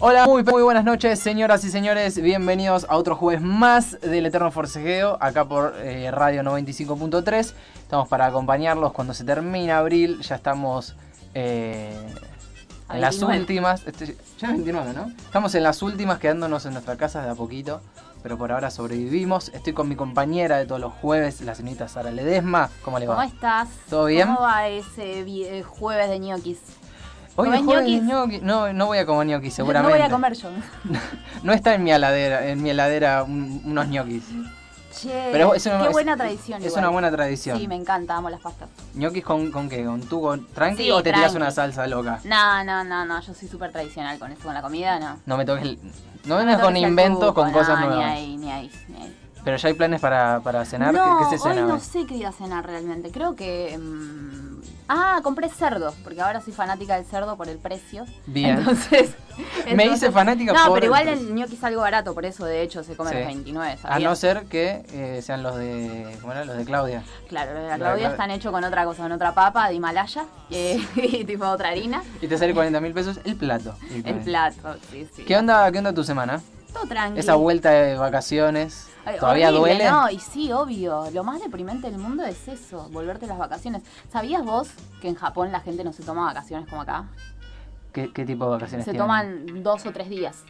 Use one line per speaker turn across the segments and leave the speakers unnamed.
Hola, muy, muy buenas noches, señoras y señores. Bienvenidos a otro jueves más del Eterno Forcejeo, acá por eh, Radio 95.3. Estamos para acompañarlos cuando se termina abril. Ya estamos eh, en
A
las
29.
últimas. este, ya es 29, ¿no? Estamos en las últimas, quedándonos en nuestra casa de a poquito. Pero por ahora sobrevivimos. Estoy con mi compañera de todos los jueves, la señorita Sara Ledesma. ¿Cómo le va?
¿Cómo estás?
¿Todo bien?
¿Cómo va ese vi- eh, jueves de ñoquis?
Hoy
¿comés
es jueves de
ñoquis?
ñoqui. No, no voy a comer ñoquis,
No
seguramente.
voy a comer yo.
No está en mi heladera, en mi heladera un- unos ñoquis.
Che,
Pero es una-
qué
es-
buena tradición.
Es
igual.
una buena tradición.
Sí, me encanta, amo las pastas.
¿Ñoquis con, con qué? ¿Con tubo tranqui
Sí,
o te tiras
tranqui.
una salsa loca?
No, no, no, no, yo soy súper tradicional con eso, con la comida, no.
No me toques el- No
No
vengas con
toques el
inventos,
truco,
con cosas
no,
nuevas.
Ni ahí, ni ahí, ni ahí.
Pero ya hay planes para, para cenar. ¿Qué-
No,
¿Qué, se cena
hoy no
hoy?
sé qué voy a cenar realmente. Creo que... mm, ah, compré cerdo, porque ahora soy fanática del cerdo por el precio.
Bien.
Entonces...
Me hice fanática
No,
por
pero
el
igual
precio.
el ñoqui es algo barato, por eso de hecho se come
Sí.
los 29.
A
¿sabías?
no ser que eh, sean los de. ¿Cómo era? Los de Claudia.
Claro, los de la
La
Claudia
verdad-
están hechos con otra cosa, con otra papa de Himalaya eh, y tipo otra harina.
Y te sale 40 mil pesos el plato.
El plato, sí, sí.
¿Qué onda, ¿Qué onda tu semana?
Todo tranqui.
Esa vuelta de vacaciones.
Ay,
¿Todavía
horrible,
duele?
No, y sí, obvio. Lo más deprimente del mundo es eso, volverte las vacaciones. ¿Sabías vos que en Japón la gente no se toma vacaciones como acá?
¿Qué, qué tipo de vacaciones
Se
tienen?
toman dos o tres días.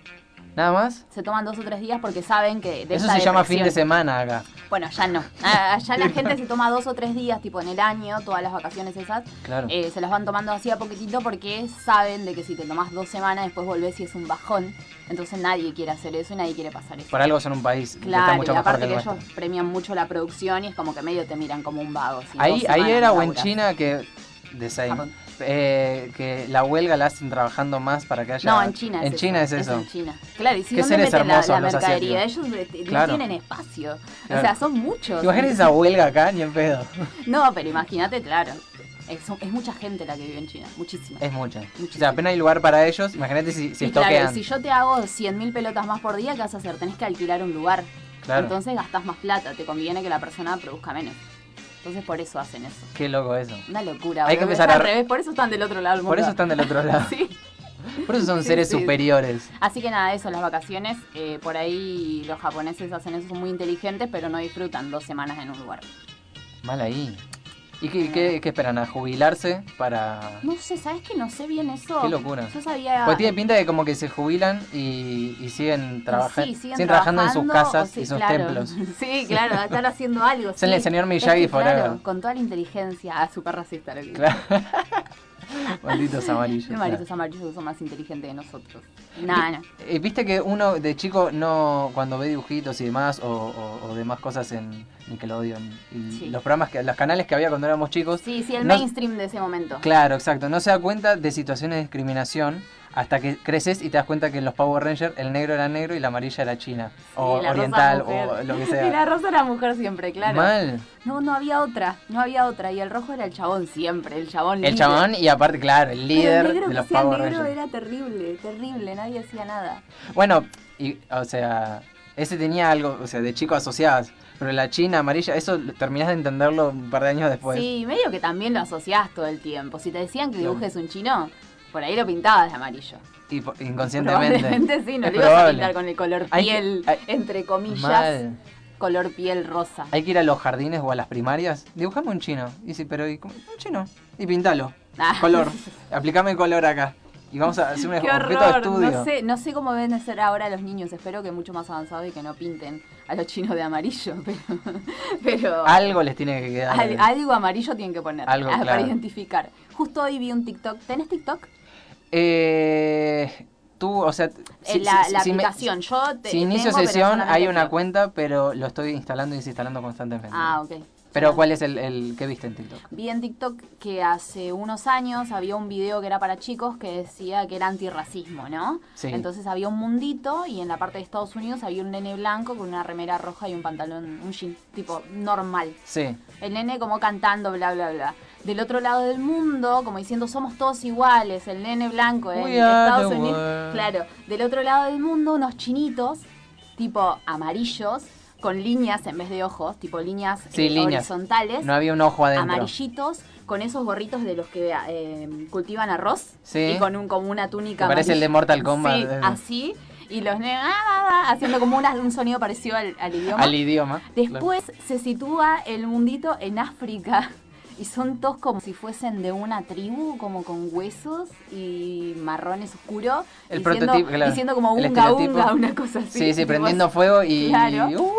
¿Nada más?
Se toman dos o tres días porque saben que de
Eso
esta
se llama
depresión-
fin de semana acá.
Bueno, ya no. Ah, Allá la gente se toma dos o tres días, tipo en el año, todas las vacaciones esas.
Claro.
Eh, se las van tomando así a poquitito porque saben de que si te tomás dos semanas después volvés y es un bajón. Entonces nadie quiere hacer eso y nadie quiere pasar eso.
Por algo son un país que está
Claro,
mucho
y
mejor
aparte
que
que,
el nuestro.
ellos premian mucho la producción y es como que medio te miran como un vago. si dos
Ahí,
semanas
ahí era
no
o en
laburás.
China que. De Saima,
Japón.
eh, que la huelga la hacen trabajando más para que haya.
No, en China es
En
eso.
China es eso.
en China. Claro, y si
Qué
dónde
seres
meten la-
hermosos
la,
los
mercadería, ellos este,
Claro.
no tienen espacio.
Claro.
O sea, son muchos.
Imagínate esa huelga acá, ni en pedo.
No, pero imagínate, claro. Es, es mucha gente la que vive en China, muchísima.
Es mucha. O
Muchísimo.
sea, apenas hay lugar para ellos. Imagínate si, si
y claro,
estoquean.
si yo te hago 100.000 pelotas más por día, ¿qué vas a hacer? Tenés que alquilar un lugar.
Claro.
Entonces gastás más plata, te conviene que la persona produzca menos. Entonces por eso hacen eso.
Qué loco eso.
Una locura.
Hay que
boludo.
empezar
Es
a-
al revés, por eso están del otro lado del mundo.
Por eso están del otro lado.
Sí.
Por eso son
Sí,
seres
sí.
superiores.
Así que nada, eso, las vacaciones, eh, por ahí los japoneses hacen eso, son muy inteligentes, pero no disfrutan dos semanas en un lugar.
Mal ahí. ¿Y qué, qué- qué esperan? ¿A jubilarse para.?
No sé, ¿sabes que no sé bien eso?
Qué locura.
Yo sabía...
Pues tiene pinta de como que se jubilan y, y siguen, trabaja-
Sí, siguen
trabajando en sus
trabajando,
casas
o sí,
y sus
claro.
templos.
Sí, claro, estar haciendo algo.
Son el
sí.
señor
Es
Miyagi
que,
forever.
Claro, con toda la inteligencia. Ah, súper racista lo que
Claro. Malditos amarillos.
Los
claro.
maritos amarillos son más inteligentes que nosotros. Nada, no.
Eh, Viste que uno de chico no cuando ve dibujitos y demás o, o- o demás cosas en Nickelodeon y
Sí.
los programas que los canales que había cuando éramos chicos.
Sí, sí, el
no-
mainstream de ese momento.
Claro, exacto. No se da cuenta de situaciones de discriminación hasta que creces y te das cuenta que en los Power Rangers el negro era negro y la amarilla era china o
Sí, la rosa
oriental
mujer.
o lo que
Y
sea.
la rosa era mujer siempre, claro.
Mal.
No, no había otra, no había otra. Y el rojo era el chabón siempre, el chabón
El chabón y aparte claro, el líder
el negro
de los
que sea
Power
negro
Rangers.
era terrible, terrible, nadie hacía nada.
Bueno, y, o sea, ese tenía algo, o sea, de chico asociadas, pero la china amarilla, eso lo- terminás de entenderlo un par de años después.
Sí, medio que también lo asociás todo el tiempo. Si te decían que
Claro.
dibujes un chino, por ahí lo pintabas de amarillo.
Y po- inconscientemente.
Probablemente sí, no
Es
lo ibas a
probable.
pintar con el color
Hay que-
piel,
hay-
entre comillas,
Mal.
color piel rosa.
Hay que ir a los jardines o a las primarias. Dibujame un chino. Y sí, pero ¿y cómo? un chino. Y pintalo.
Ah.
Color. Aplicame color acá. Y vamos a hacer un
Qué
objeto de
horror,
estudio.
no sé, no sé cómo deben de ser ahora los niños, espero que mucho más avanzados y que no pinten a los chinos de amarillo, pero, pero
Algo les tiene que quedar.
Al- algo amarillo tienen que poner
Algo,
ah, para
claro.
identificar. Justo hoy vi un TikTok. ¿Tenés TikTok?
Eh, tú, o sea,
Eh, la
si-
la
si me-
aplicación. Yo te,
si inicio
tengo, pero
sesión
solamente
hay una
tengo.
cuenta, pero lo estoy instalando y desinstalando constantemente.
Ah, ok.
Pero ¿cuál es el, el que viste en TikTok?
Vi en TikTok que hace unos años había un video que era para chicos que decía que era antirracismo, ¿no?
Sí.
Entonces había un mundito y en la parte de Estados Unidos había un nene blanco con una remera roja y un pantalón, un jean, tipo normal.
Sí.
El nene como cantando, bla, bla, bla. Del otro lado del mundo, como diciendo, somos todos iguales. El nene blanco en
We are
Estados
the
Unidos.
world.
Claro. Del otro lado del mundo, unos chinitos, tipo amarillos, con líneas en vez de ojos, tipo líneas,
Sí,
eh,
líneas.
horizontales,
No había un ojo adentro.
amarillitos, con esos gorritos de los que eh, cultivan arroz
Sí.
y con un, como una túnica.
Que parece el de Mortal Kombat.
Sí,
Eh.
así. Y los ah, negros haciendo como una- un sonido parecido al, al idioma.
Al idioma.
Después se sitúa el mundito en África y son todos como si fuesen de una tribu, como con huesos y marrones oscuros.
El
diciendo,
prototipo, claro.
diciendo como
El
unga
estereotipo.
unga, una cosa así.
Sí, sí,
tipo
prendiendo
así.
fuego y.
Claro.
y- uh,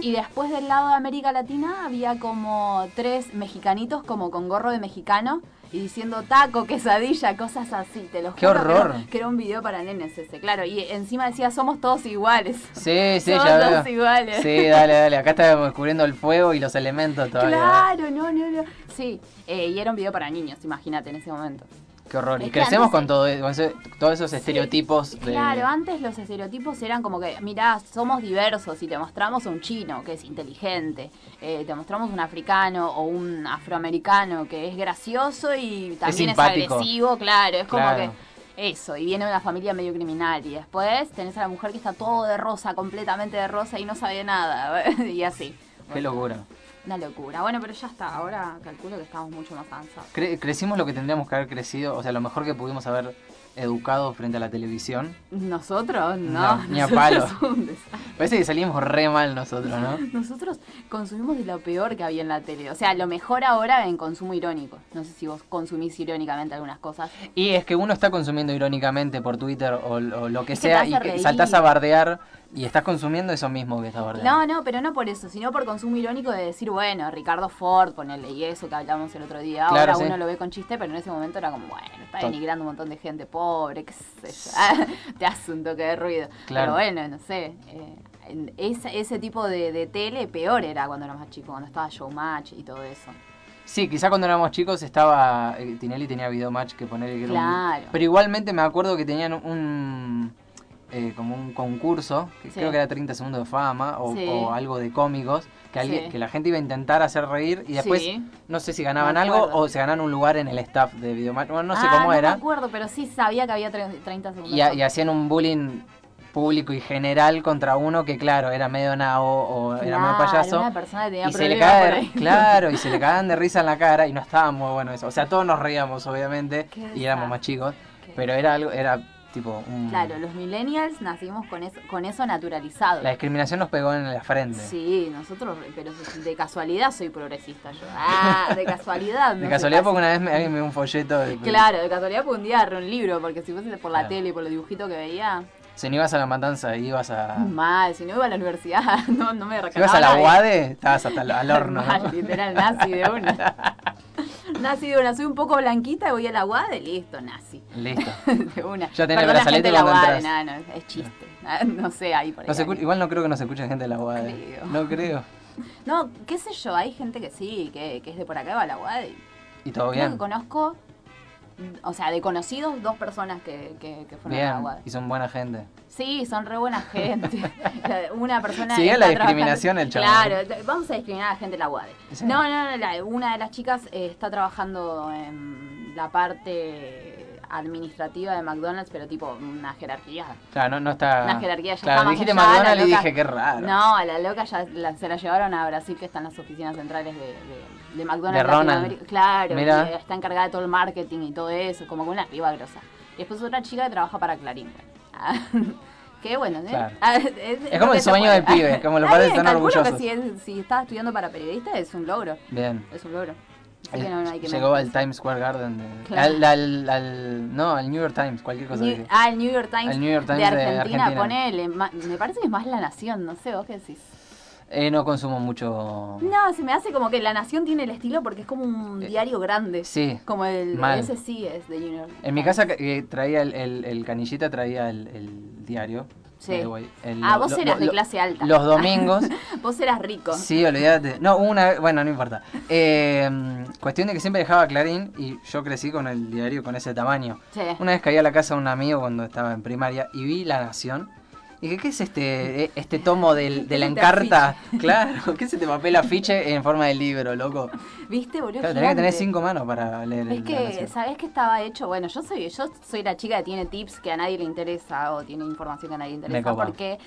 Y después del lado de América Latina había como tres mexicanitos como con gorro de mexicano y diciendo taco, quesadilla, cosas así, te los
¡Qué
juro que era-
horror!
Que era un video para nenes ese, claro. Y encima decía, somos todos iguales.
Sí, sí,
somos
ya
todos
veo.
iguales.
Sí, dale, dale. Acá estamos descubriendo el fuego y los elementos todavía.
Claro, no, no, no. Sí, eh, y era un video para niños, imagínate, en ese momento.
Qué horror. Y
Es que
crecemos
antes-
con todo eso, con ese- todos esos
Sí,
estereotipos. de-
Claro, antes los estereotipos eran como que, mirá, somos diversos y te mostramos un chino que es inteligente, eh, te mostramos un africano o un afroamericano que es gracioso y también es,
simpático.
agresivo, claro, es como
Claro.
que... Eso, y viene de una familia medio criminal y después tenés a la mujer que está todo de rosa, completamente de rosa y no sabe nada, y así.
Qué locura.
Una locura. Bueno, pero ya está, ahora calculo que estamos mucho más avanzados.
Cre- crecimos lo que tendríamos que haber crecido, o sea, lo mejor que pudimos haber educado frente a la televisión.
Nosotros no.
No, ni a
Nosotros
palo.
somos un desastre.
Parece que salimos re mal nosotros, ¿no?
Nosotros consumimos de lo peor que había en la tele. O sea, lo mejor ahora en consumo irónico. No sé si vos consumís irónicamente algunas cosas.
Y es que uno está consumiendo irónicamente por Twitter o, o lo que
Es que te
sea
hace
y que
reír.
saltás a bardear y estás consumiendo eso mismo que estás bardeando.
No, no, pero no por eso, sino por consumo irónico de decir, bueno, Ricardo Ford, ponerle y eso que hablamos el otro día. Ahora
Claro, sí.
uno lo ve con chiste, pero en ese momento era como, bueno, está
Tot-
denigrando un montón de gente pobre, qué sé yo. Ah, Te hace un toque de ruido.
Claro.
Pero bueno, no sé. eh, en- ese, ese tipo de, de tele peor era cuando era más chico, cuando estaba Showmatch y todo eso.
Sí, quizá cuando éramos chicos estaba. eh, Tinelli tenía videomatch que poner. Que era un-
Claro.
Pero igualmente me acuerdo que tenían un. eh, como un concurso, que
Sí.
creo que era 30 segundos de fama o,
Sí.
o algo de cómicos, que, alguien,
Sí.
que la gente iba a intentar hacer reír y después
Sí.
no sé si ganaban
Me
algo
acuerdo.
o se ganaban un lugar en el staff de videomatch. Bueno, no sé
Ah,
cómo
No
era.
me acuerdo, pero sí sabía que había tre- 30 segundos.
Y, ha- y hacían un bullying público y general contra uno que, claro, era medio nao o era medio
Claro,
payaso.
Una persona que tenía
y se le
problemas por
cae,
ahí.
claro, y se le cagaban de risa en la cara y no estaba muy bueno eso. O sea, todos nos reíamos, obviamente,
Qué
y éramos
desastre.
más chicos,
Qué-
pero era algo, era tipo un-
Claro, los millennials nacimos con eso, con eso naturalizado.
la discriminación nos pegó en la frente.
Sí, nosotros, pero de casualidad soy progresista yo. Ah, de casualidad.
de
no
casualidad
sé,
porque una vez me, alguien me dio un folleto de,
Claro, de casualidad porque un día agarré un libro, porque si fuese por la
Claro.
tele y por los dibujitos que veía,
si no ibas a la matanza, ibas a
mal, si no iba a la universidad, no, no me
Ah. si ibas a la
guada
UADE, estabas hasta al, al horno. ¿no?
Mal, literal, nazi de una. nazi de una, soy un poco blanquita, voy a la UAD, listo, nazi.
Listo.
De una.
Ya tenés
Perdón, la
brazalete
gente de la
cuando
UAD,
entras.
no, no, es chiste. Ah, No sé, ahí por ahí.
No se escu-
alguien.
igual no creo que nos escuche gente de la UADE.
Creo.
No creo.
No, qué sé yo, hay gente que sí, que, que es de por acá, va a la UAD. y
Y todo
Creo que
bien.
conozco, o sea, de conocidos, dos personas que, que, que fueron a la
Bien,
UAD.
y son buena gente.
Sí, son re buena gente. La- Una persona.
Sigue
está
la
trabajando-
discriminación el chabón.
Claro, t- vamos a discriminar a la gente de la UADE.
Sí.
No, no, no, la- una de las chicas eh, está trabajando en la parte administrativa de McDonald's, pero tipo una jerarquía.
Claro, no, no está.
Una jerarquía ya
Claro,
está más
dijiste
allá, la
McDonald's y
loca-
dije qué raro.
No, a la loca ya la- se la llevaron a Brasil, que están las oficinas centrales de, de- de McDonald's.
De Ronald.
Latinoamérica. Claro,
Mira.
y está encargada de todo el marketing y todo eso, como que una piba grosa. Y después otra chica que trabaja para Clarín. Ah, Qué bueno, ¿eh?
Claro.
Ah, es,
como
es lo
el
que se
sueño
puede.
del pibe, como los
Está
padres
bien,
están
calculo que
orgullosos.
Si, es- si estás estudiando para periodista es un logro,
Bien.
es un logro. Así que no, no hay que
Eh, Llegó al
menospreciar.
Times Square Garden. de-
Claro.
al, al- al- no, al New York Times, cualquier cosa.
New-
dije.
ah, el New York Times,
El New York
de
Times de
Argentina,
Argentina.
ponele. ma- Me parece que es más La Nación, no sé, vos qué decís.
Eh, no consumo mucho.
Ah. No, se me hace como que La Nación tiene el estilo porque es como un
Eh,
diario grande.
sí,
Como el
mal.
ese sí es de Junior.
En mi casa eh, traía el, el- el canillita, traía el, el diario.
Sí.
by the way. El-
Ah,
lo-
vos
lo-
eras de
lo-
clase alta.
Los domingos.
Vos eras rico.
Sí, olvídate. No, hubo una vez- bueno, no importa. Eh, cuestión de que siempre dejaba Clarín y yo crecí con el diario con ese tamaño.
Che,
Una vez caí a la casa de un amigo cuando estaba en primaria y vi La Nación Dije, ¿qué es este, eh, este tomo del, de la encarta? Claro, ¿qué es este papel afiche en forma de libro, loco?
¿Viste, boludo?
Claro, tenés que tener
Gigante.
cinco manos para leer
Es
el
que, ¿sabés que estaba hecho? Bueno, yo soy yo soy la chica que tiene tips que a nadie le interesa o tiene información que a nadie le
Me
interesa
copa.
porque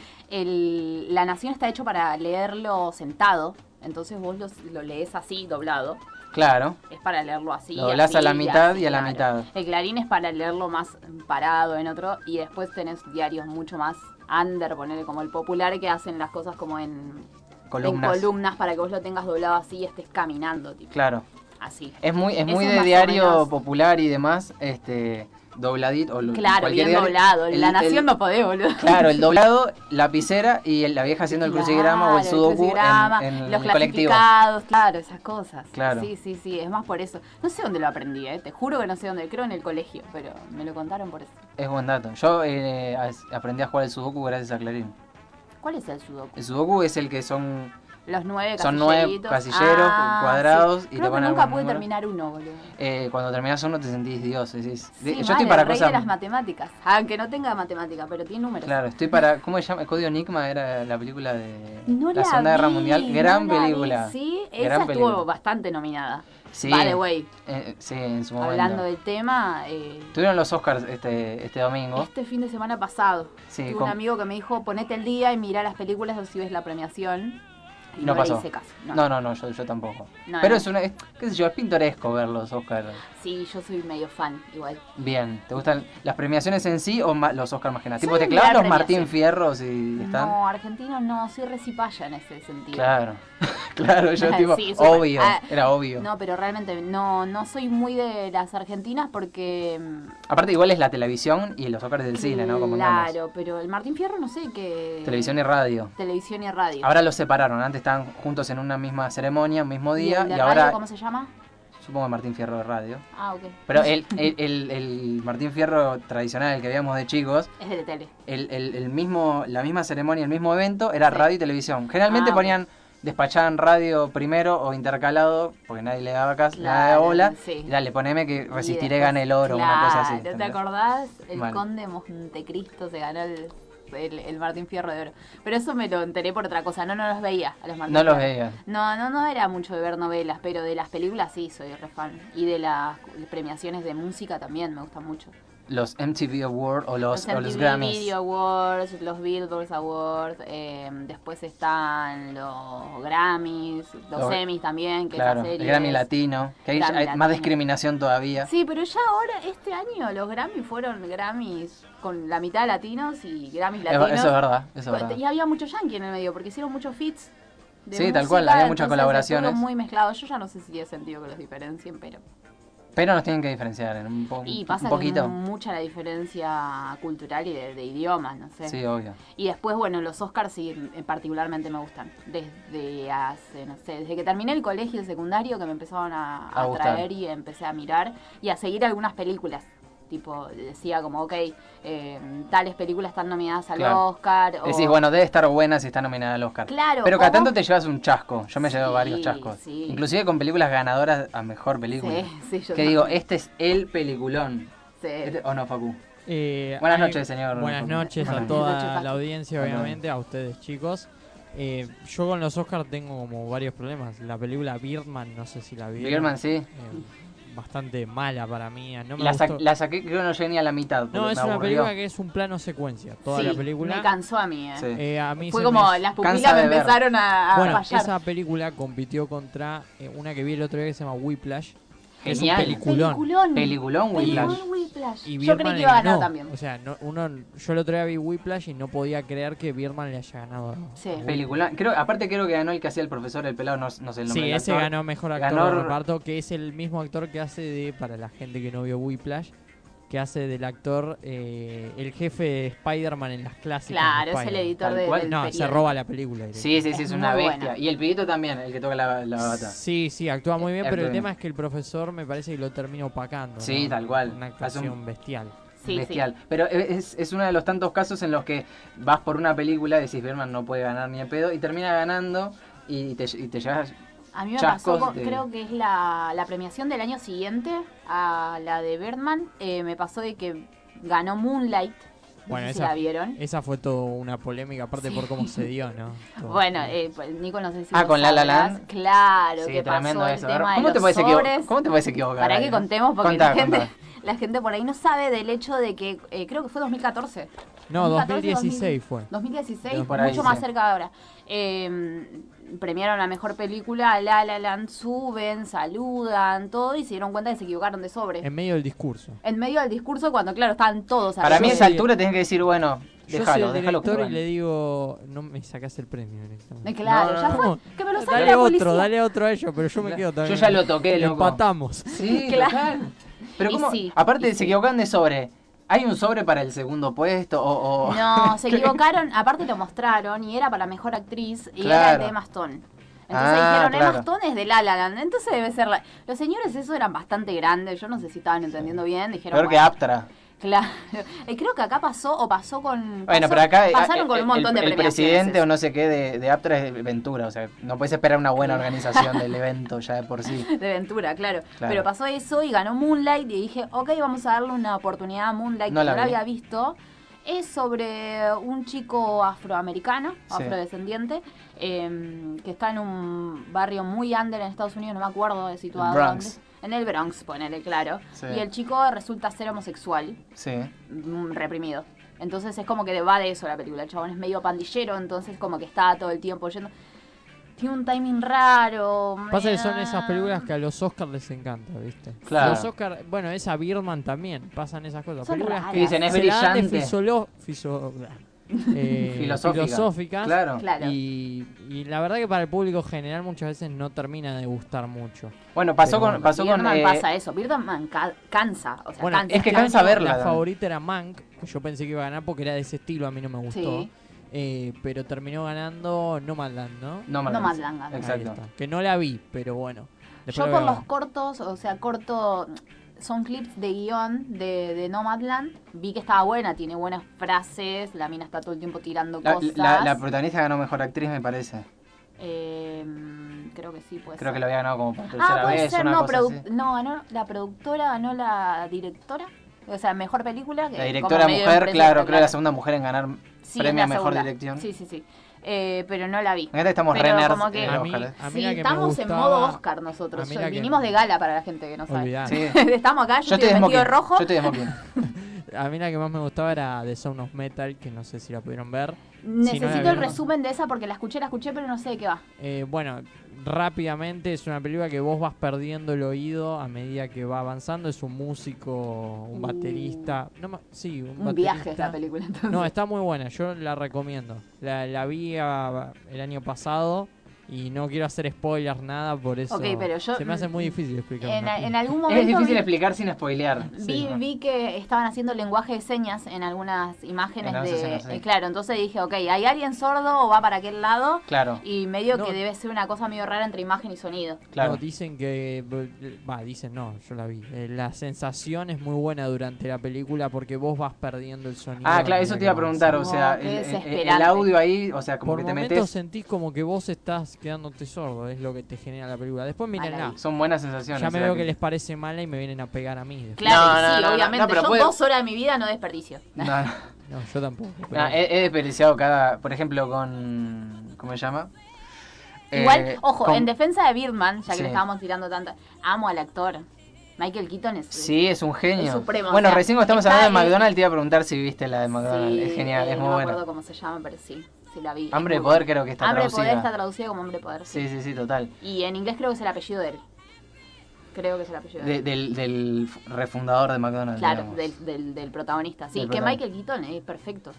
el, la nación está hecho para leerlo sentado, entonces vos los- lo, lees así, doblado.
Claro,
Es para leerlo así.
Lo doblás
así,
a la mitad y a la mitad.
El clarín es para leerlo más parado en otro. Y después tenés diarios mucho más under, ponerle como el popular, que hacen las cosas como en
columnas.
en columnas para que vos lo tengas doblado así y estés caminando, tipo.
Claro.
Así.
Es muy, es
Ese
muy
es
de
más o
diario
menos.
popular y demás, este, dobladito. O lo-
Claro,
cualquier
bien
diario.
doblado.
El-
la
el-
nación no podés, boludo.
Claro, el doblado, lapicera y el- la vieja haciendo el
Claro,
crucigrama o el sudoku
crucigrama,
en, en
los
el colectivo.
clasificados, claro, esas cosas.
Claro.
Sí, sí, sí, es más por eso. No sé dónde lo aprendí, eh, te juro que no sé dónde, creo en el colegio, pero me lo contaron por eso.
Es buen dato. Yo eh, as- aprendí a jugar el sudoku gracias a Clarín.
¿Cuál es el sudoku?
El sudoku es el que son
Los nueve
Son nueve
casilleritos.
casilleros,
Ah,
cuadrados, y
Creo
te
que
ponen
nunca
algún
pude
número.
terminar uno, boludo.
eh, cuando terminas uno te sentís Dios. decís,
Sí,
de- yo
mal,
estoy para
el rey
cosas.
de las matemáticas. Aunque no tenga matemática, pero tiene números.
Claro, estoy para. ¿Cómo se llama? El Código Enigma era la película de
No
la
la
Segunda Guerra
vi,
Mundial.
no
Gran
la vi.
película.
Sí, esa
Gran
estuvo
película.
bastante nominada.
Sí,
By the way,
eh, sí, en su momento.
hablando del tema, eh,
Tuvieron los Oscars este, este domingo.
Este fin de semana pasado
Sí,
tuve
con-
un amigo que me dijo ponete el día y mira las películas o si ves la premiación. Y
No
no,
pasó.
le hice caso. No.
No, no, no, yo, yo tampoco.
No,
Pero
no.
es una. es- ¿Qué sé yo? Es pintoresco ver los Oscars.
Sí, yo soy medio fan igual.
Bien, ¿te gustan las premiaciones en sí o ma- los Oscars más que nada?
Soy
Tipo, te
de
clavan
mirar
los Martín
premiaciones.
Fierros y están.
No, argentinos no, soy recipaya en ese sentido.
Claro, claro, yo tipo,
Sí, súper.
obvio,
Ah,
era obvio.
No, pero realmente no, no soy muy de las argentinas porque... mm,
Aparte, igual es la televisión y los Oscars del cine, ¿no? Como
Claro, pero el Martín Fierro no sé qué...
Televisión y radio.
Televisión y radio.
Ahora los separaron, antes estaban juntos en una misma ceremonia, un mismo
¿Y
día,
el
y,
de radio
ahora,
cómo se llama?
supongo que Martín Fierro de radio.
Ah, ok.
Pero el, el, el- el Martín Fierro tradicional, el que veíamos de chicos,
Es de tele.
el, el- el mismo, la misma ceremonia, el mismo evento, era
Sí.
radio y televisión. Generalmente
Ah, ok.
ponían, despachaban radio primero o intercalado, porque nadie le daba casa, nada de
Claro,
bola.
sí.
Y dale, poneme que resistiré,
después-
gane el oro, una cosa así.
Claro, ¿Te
¿entendés?
acordás? El
Mal.
conde Montecristo se ganó el, el- el Martín Fierro de Oro. Pero eso me lo enteré por otra cosa. No, no los veía a los Martín
No los
Fierro.
veía.
No, no, no era mucho de ver novelas, pero de las películas sí soy re fan. Y de las premiaciones de música también me gustan mucho.
Los MTV Awards o los, o los
MTV
Grammys.
Video Awards, los Billboard Awards, eh, después están los Grammys, los
Los-
Emmys también, que
Claro,
esa
el
serie
Grammy
es-
Latino. Que hay,
Grammy
hay más
Latino.
discriminación todavía.
Sí, pero ya ahora, este año, los Grammy fueron Grammys con la mitad latinos y Grammys
Es-
latinos.
Eso es verdad, eso es
Pues, Y
verdad.
había mucho yankee en el medio, porque hicieron muchos fits. de
Sí, tal
música,
cual, había muchas
entonces
colaboraciones.
estuvo muy mezclado. Yo ya no sé si tiene sentido que los diferencien, pero.
Pero nos tienen que diferenciar en un, po-
Y
un
pasa que
poquito.
es mucha la diferencia cultural y de, de idiomas, no sé.
Sí, obvio.
Y después, bueno, los Oscars sí eh, particularmente me gustan. Desde hace, no sé, desde que terminé el colegio el secundario que me empezaron a,
A
a
gustar.
traer y empecé a mirar y a seguir algunas películas. Tipo, decía como, ok, eh, tales películas están nominadas al
Claro.
Oscar. o-
Decís, bueno, debe estar buena si está nominada al Oscar.
Claro,
Pero cada
o
tanto
vos-
te llevas un chasco. Yo me he llevado
Sí,
varios chascos.
sí.
Inclusive con películas ganadoras a mejor película.
Sí, sí, yo
que
también.
digo, este es el peliculón.
Sí.
Este- ¿O no, Facu?
Eh,
Buenas
hay-
noches, señor.
Buenas noches a
Buenas
noches,
toda
Paco.
la audiencia,
Buenas
obviamente, a ustedes chicos. Eh, yo con los Oscars tengo como varios problemas. La película Birdman, no sé si la vieron.
Birdman, sí.
eh, bastante mala para mí. No me
la, sa-
gustó.
la saqué, creo que no llegué ni a la mitad. porque
No,
me
es una
aburrió.
película que es un plano secuencia, toda
Sí,
la
Me
película.
cansó a mí, eh.
Sí.
Eh, a mí
Fue
se
como
me-
las
Cansa
pupilas
de
me
ver.
empezaron a, a
Bueno,
fallar.
esa película compitió contra eh, una que vi el otro día que se llama Whiplash. que Es un
Genial.
peliculón.
Peliculón,
Peliculón,
Whiplash.
Whiplash.
Y
Yo
Birdman
creí que
le
iba a ganar
ganó.
también.
O sea, no, uno, yo el otro día vi Whiplash y no podía creer que Birdman le haya ganado. a-
Sí.
a Whiplash.
Peliculón. Creo, aparte creo que ganó el que hacía el profesor, el pelado, no, no sé el nombre
Sí,
del
ese
actor.
ganó mejor actor
Ganó-
de reparto, que es el mismo actor que hace de, para la gente que no vio Whiplash, que hace del actor eh, el jefe de Spider-Man en las clásicas. de
Claro, es el
Spider-Man.
editor
Tal
de,
cual.
del
No, se
periódico.
roba la película.
Sí, sí, sí, es,
Es
una
muy
bestia.
buena.
Y el pibito también, el que toca la, la bata.
Sí, sí, actúa muy bien,
Actúa
pero el
bien.
tema es que el profesor me parece que lo termina opacando.
Sí,
¿no?
tal cual.
Una
Hace
actuación
un-
bestial.
Sí,
Bestial. Pero e, es, es uno de los tantos casos en los que vas por una película y decís, Berman no puede ganar ni a pedo, y termina ganando y te, y te llevas.
A mí me
chascos
pasó, con-
de-
creo que es la, la premiación del año siguiente a la de Birdman. eh, me pasó de que ganó Moonlight,
Bueno,
no sé si
esa-
la vieron.
Esa fue toda una polémica, aparte por cómo se dio, ¿no? Todo.
Bueno, eh, pues, Nico, no sé si
Ah,
vos
con La La
sabrás.
Land.
Claro,
Sí,
que
tremendo
pasó el
eso.
tema de
¿Cómo, te
los
puedes equivo-
sobres.
¿Cómo te puedes equivocar?
Para
ahí,
que
no?
contemos, porque
Contá,
la, gente,
contá.
la gente por ahí no sabe del hecho de que, eh, creo que fue 2014.
no,
2014,
2016 fue.
2016,
Por ahí,
mucho más
sí.
cerca de ahora. Eh, premiaron la mejor película, a La La Land, suben, saludan, todo, y se dieron cuenta que se equivocaron de sobre.
En medio del discurso.
En medio del discurso, cuando claro, estaban todos
Para mí a
arriba.
Yo
esa
soy-
altura tenés que decir, bueno,
Yo
déjalo,
soy el
déjalo que
director y le
gane.
digo, no me sacas el premio este directamente.
Eh, Claro,
No, no,
ya
no.
¿Cómo?
fue. Que me lo saque
Dale
la
otro,
policía.
dale otro a ellos, pero yo me quedo también.
Yo ya lo toqué, loco.
Empatamos.
Sí,
Claro.
total. Pero
Y
como,
sí,
aparte
y
se
sí.
equivocan de sobre. ¿Hay un sobre para el segundo puesto? O, o-
No, se equivocaron, aparte lo mostraron y era para mejor actriz y
Claro.
era de Emma Stone. Entonces
Ah,
dijeron,
claro.
Emma Stone es de La La Land, entonces debe ser la... Los señores eso eran bastante grandes, yo no sé si estaban entendiendo bien, dijeron...
Peor que
bueno,
Aptra.
Claro. Eh, creo que acá pasó o pasó
Bueno,
con... pasó-
pero acá eh,
Pasaron con
eh,
un montón
el,
de
el
premiaciones.
presidente o no sé qué de, de Aptra es Ventura, o sea, no puedes esperar una buena organización del evento ya de por sí.
De Ventura, claro.
Claro.
Pero pasó eso y ganó Moonlight y dije, ok, vamos a darle una oportunidad a Moonlight
No
que
la
no la
vi.
había visto. Es sobre un chico afroamericano,
Sí.
afrodescendiente, eh, que está en un barrio muy under en Estados Unidos, no me acuerdo de situado.
Bronx.
dónde. En el Bronx, ponele, claro.
Sí.
Y el chico resulta ser homosexual,
Sí.
Eh,
mm, reprimido. Entonces es como que va de eso la película. El chabón es medio pandillero, entonces como que está todo el tiempo yendo. Tiene un timing raro.
Pasa que son esas
meh.
películas que a los Oscars les encanta, ¿viste?
Claro.
Los Oscar, bueno, esa Birman también, pasan esas cosas.
Son
películas que
raras. Dicen,
es
se la dan de
brillante.
fisolo- fiso- eh,
Filosófica.
filosóficas.
Claro.
Claro.
Y, y la verdad que para el público general muchas veces no termina de gustar mucho.
Bueno, pasó
Pero-
con. Pasó con
Birdman
eh,
pasa eso. Birdman ca- cansa. O sea,
Bueno,
cansa.
es que
este
cansa
año
verla
La
también.
favorita era Mank, que yo pensé que iba a ganar porque era de ese estilo, a mí no me gustó.
Sí.
Eh, pero terminó ganando Nomadland, ¿no?
No
No más langa.
Ahí
Exacto.
está. Que no la vi, pero bueno. Después
Yo
la
por
veo.
los cortos, o sea, corto. Son clips de guión de, de Nomadland. Vi que estaba buena, tiene buenas frases. La mina está todo el tiempo tirando
La,
cosas.
la- la protagonista ganó mejor actriz, me parece.
Eh, creo que sí, puede
Creo que
ser.
lo había ganado como por tercera
Ah, puede
vez.
ser,
una
no,
cosa
produ-
así.
no, ganó la productora, ganó la directora. O sea, mejor película. Que
La
como
directora
medio
mujer,
impresionante,
claro, creo que la segunda mujer en ganar
Sí,
premio a
es la
mejor
segunda.
dirección.
Sí, sí, sí. Eh, pero no la vi.
Me encanta que estamos re
Pero
nerds
como que-
en
A
los
mí-
Oscars.
a mí
Sí,
la que me
estamos en
gustaba-
modo Oscar
a
nosotros.
Ah,
mí
Yo-
la que-
vinimos de gala para la gente que no sabe.
Olvidá.
Sí.
Estamos acá, yo,
Yo estoy de
estoy
smoking.
vestido de rojo.
Yo estoy de smoking.
A mí la que más me gustaba era The Sound of Metal, que no sé si la pudieron ver.
Necesito
Si no la
el
vieron.
resumen de esa porque la escuché, la escuché, pero no sé de qué va.
Eh, bueno, rápidamente es una película que vos vas perdiendo el oído a medida que va avanzando. Es un músico, un
Uh.
baterista. No, ma- sí, un,
Un viaje es
baterista.
la película entonces.
No, está muy buena, yo la recomiendo. La, la vi ah, el año pasado y no quiero hacer spoilers nada, por eso
Ok, pero yo-
se me hace muy difícil explicar.
en,
una
en
película.
algún
Es
momento
difícil
vi,
explicar sin spoilear.
vi- vi que estaban haciendo lenguaje de señas en algunas imágenes
En algunas
de...
escenas, sí.
eh, claro, entonces dije, ok, ¿hay alguien sordo o va para aquel lado?
Claro,
Y medio
No.
que debe ser una cosa medio rara entre imagen y sonido.
No,
claro.
dicen que. eh, Va, dicen no, yo la vi. Eh, la sensación es muy buena durante la película porque vos vas perdiendo el sonido.
Ah,
a
claro,
medida
eso te
que
iba a
vas.
preguntar, o
No,
sea,
qué
el, el- el- el
desesperante.
audio ahí, o sea, como
Por
que te
momentos
metes,
sentís como que vos estás quedándote sordo, es lo que te genera la película. Después
Mala
mírenla.
vi.
son buenas sensaciones.
Ya me
la
veo
que-
que les parece mala y me vienen a pegar a mí. después.
Claro,
No, no,
y sí,
no, no, no,
obviamente.
pero
yo
puede-
dos horas de mi vida no desperdicio.
No, no,
No, yo tampoco. pero-
no, he, he desperdiciado cada, por ejemplo, con, ¿cómo se llama?
Igual,
Eh,
ojo,
con-
en defensa de Birdman, ya que
Sí.
le estábamos tirando tanto, amo al actor. Michael Keaton es.
Sí, es un genio.
Es supremo,
bueno,
o sea,
recién cuando estamos
está
hablando de
en-
McDonald's, te iba a preguntar si viste la de McDonald's.
Sí,
es genial,
eh,
es
no
muy
me
buena.
acuerdo cómo se llama, pero sí, sí la vi.
Hambre
Es
de
muy
Poder
buena.
creo que está
Hambre de
traducida.
Poder está traducido como Hambre de Poder.
Sí, sí, sí, total.
Y en inglés creo que es el apellido de él. Creo que es el apellido de él.
De- del, del refundador de McDonald's.
Claro,
digamos.
del, del, del protagonista. Sí,
Del
que
protagonista.
Michael Keaton es perfecto.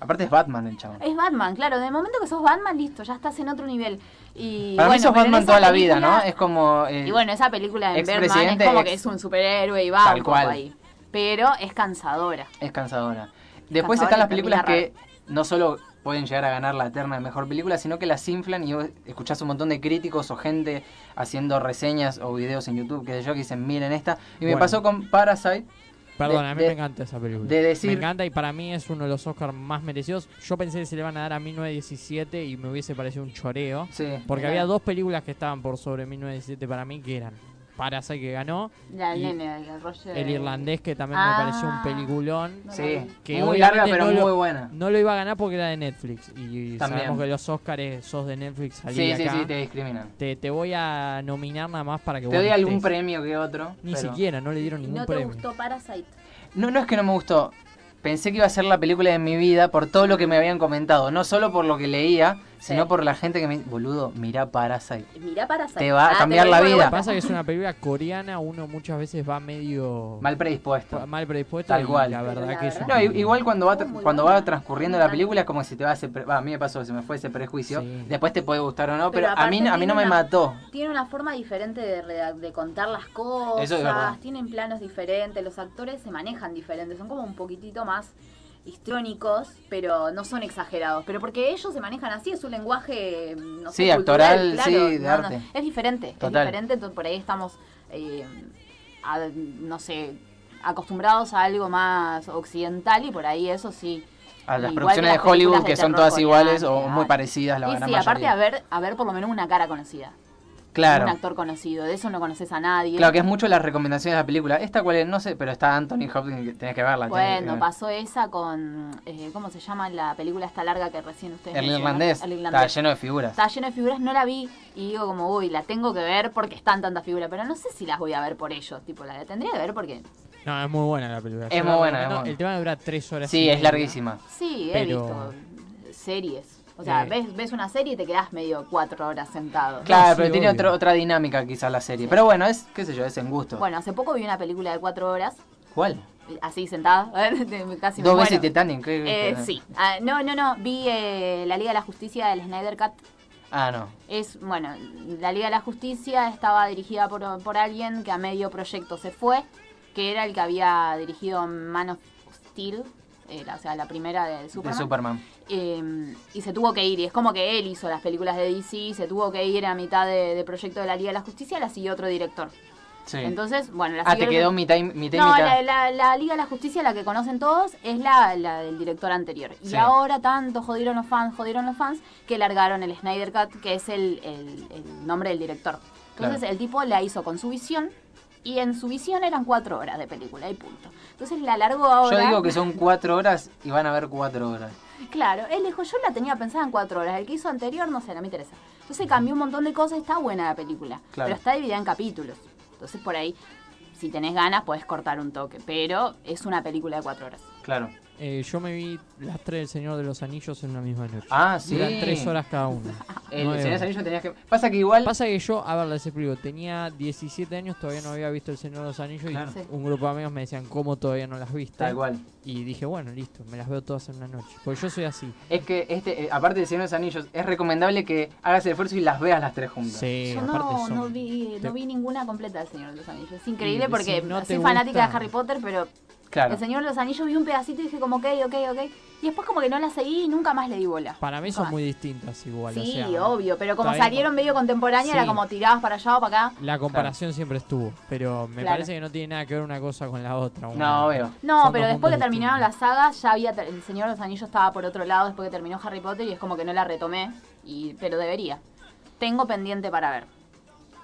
Aparte es Batman el chavo.
Es Batman, claro. De momento que sos Batman, listo, ya estás en otro nivel. Y,
Para mí sos
bueno, pero en
Batman
esa
toda la vida,
película-
¿no? Es como... eh,
Y bueno, esa película en Birdman es
Expresidente,
como
ex-
que es un superhéroe y va
Tal
un poco
cual.
ahí. Pero es cansadora.
Es cansadora. Después
Cansadora
están las
y
películas
termina
que no solo pueden llegar a ganar la terna de mejor película, sino que las inflan y vos escuchás un montón de críticos o gente haciendo reseñas o videos en YouTube que yo que dicen, miren esta. Y me
Bueno.
pasó con Parasite.
Perdón,
de-
a mí
de-
me encanta esa película.
de decir-
Me encanta y para mí es uno de los Oscars más merecidos. Yo pensé que se le van a dar a 1917 y me hubiese parecido un choreo.
Sí.
Porque
Mirá.
había dos películas que estaban por sobre 1917 para mí que eran Parasite que ganó.
La,
Y
el nene, el Roger.
El irlandés que también
Ah.
me pareció un peliculón.
No
Sí,
Que
muy
obviamente
larga pero
no lo-
muy buena.
No lo iba a ganar porque era de Netflix. Y
También.
sabemos que los Oscars sos de Netflix. salí
Sí,
de
sí,
acá.
sí, te discriminan.
te... te voy a nominar nada más para que
Te
vos
doy
no
algún
estés.
premio que otro.
Ni
pero-
siquiera, no le dieron
¿Y
ningún
no te
premio.
gustó Parasite?
No, no es que no me gustó. Pensé que iba a ser la película de mi vida por todo lo que me habían comentado. No solo por lo que leía, sino
Sí.
por la gente que me boludo, mirá Parasite.
Mirá Parasite.
Te va a
Ah,
cambiar
lo
la
digo de
vida.
vuelta.
Pasa que es una película coreana, uno muchas veces va medio
Mal predispuesto.
mal predispuesto.
Tal
y
cual.
La
Pero
verdad
la
que es
verdad-
No, i- igual cuando va, tra-
Muy
cuando
buena.
va transcurriendo la película es como si te va a... Ese pre- va, a mí me pasó, se me fue ese prejuicio.
Sí.
Después te puede gustar o no,
Pero
pero, a, mí,
aparte
a mí no me
tiene una-
mató.
Tiene una forma diferente de, reda- de contar las cosas.
Eso es verdad.
Tienen planos diferentes. Los actores se manejan diferentes. Son como un poquitito más histrónicos, pero no son exagerados. Pero porque ellos se manejan así, es su lenguaje, no sé,
Sí, actoral, sí, de arte.
es diferente.
Total.
Es diferente. entonces por ahí estamos, eh, a- no sé, acostumbrados a algo más occidental y por ahí eso sí.
A las
Igual que
producciones
las
de Hollywood
películas de
que son
terror
todas
coreanas,
iguales o muy
claro.
parecidas la
y
gran
sí,
mayoría.
aparte a ver, a ver por lo menos una cara conocida.
Claro.
Un actor conocido, de eso no conoces a nadie.
Claro, que es mucho las recomendaciones de la película. Esta cuál es, no sé, pero está Anthony Hopkins, que tenés que verla. tenés que
Bueno,
ver.
pasó esa con. eh, ¿Cómo se llama la película esta larga que recién ustedes
El
mencionaron?
irlandés.
El
Está
irlandés.
lleno de figuras.
Está lleno de figuras, no la vi. Y digo, como, uy, la tengo que ver porque están tantas figuras. Pero no sé si las voy a ver por ellos. Tipo, la tendría que ver porque.
No, es muy buena la película.
Es
Yo la
muy buena, es
recomiendo.
muy
El tema dura tres horas. y
Sí, es
media.
larguísima.
Sí, he
Pero-
visto series. O sea,
Eh.
ves, ves una serie y te quedás medio cuatro horas sentado.
Claro,
sí,
pero tiene
obvio.
otro- otra dinámica quizás la serie. Pero bueno, es, qué sé yo, es en gusto.
Bueno, hace poco vi una película de cuatro horas,
¿Cuál?
así sentada. Casi me
Dos veces
muero.
Titanic. ¿qué- qué-
Eh,
qué-
sí. Ah, no, no, no. Vi eh, La Liga de la Justicia del Snyder Cut.
Ah, no.
Es, bueno, la Liga de la Justicia estaba dirigida por, por alguien que a medio proyecto se fue, que era el que había dirigido Man of Steel, eh, la- o sea, la primera de Superman.
De Superman.
Eh, y se tuvo que ir, y es como que él hizo las películas de DC, se tuvo que ir a mitad de, de proyecto de la Liga de la Justicia, la siguió otro director.
Sí.
Entonces, bueno, la
ah,
siguió
te
el-
quedó mitad y mitad. y
no,
mitad.
la, la- la Liga de la Justicia, la que conocen todos, es la, la del director anterior. Y
Sí.
ahora tanto jodieron los fans, jodieron los fans, que largaron el Snyder Cut, que es el, el- el nombre del director. Entonces
Claro.
el tipo la hizo con su visión, y en su visión eran cuatro horas de película, y punto. Entonces la largó ahora.
Yo digo que son cuatro horas y van a ver cuatro horas.
Claro, él dijo, yo la tenía pensada en cuatro horas, el que hizo anterior, no sé, no me interesa. Entonces cambió un montón de cosas, está buena la película,
Claro.
pero está dividida en capítulos. Entonces por ahí, si tenés ganas, podés cortar un toque, pero es una película de cuatro horas.
Claro.
Eh, yo me vi las tres del Señor de los Anillos en una misma noche.
Ah, sí.
Duran tres horas cada una.
El
Nueve
Señor
horas.
Anillo tenías que. Pasa que igual.
Pasa que yo, a ver, les explico, tenía 17 años, todavía no había visto El Señor de los Anillos
Claro.
Sí.
y un grupo de amigos me decían, ¿cómo todavía no las viste?
Tal cual.
Y dije, bueno, listo, me las veo todas en una noche. Porque yo soy así.
Es que, este, eh, aparte de Señor de los Anillos, es recomendable que hagas el esfuerzo y las veas las tres juntas.
Sí,
Yo
Eh, aparte
no,
son-
no, vi,
te-
no vi ninguna completa del Señor de los Anillos. Es increíble
Y
porque
si no te
soy fanática de
gusta-
Harry Potter, pero
Claro.
el Señor de los Anillos vi un pedacito y dije como ok, ok, ok. Y después como que no la seguí y nunca más le di bola.
Para mí son
Ah.
muy distintas igual. o
sí,
sea,
obvio, pero como
todavía
salieron medio contemporáneas,
Sí.
era como tirados para allá o para acá.
La comparación siempre estuvo, pero me
Claro.
parece que no tiene nada que ver una cosa con la otra. una-
No, veo.
No,
Son
pero
dos
después que
mundos
terminaron las
distintos.
sagas, ya había ter- el Señor de los Anillos estaba por otro lado después que terminó Harry Potter y es como que no la retomé, y pero debería. Tengo pendiente para ver.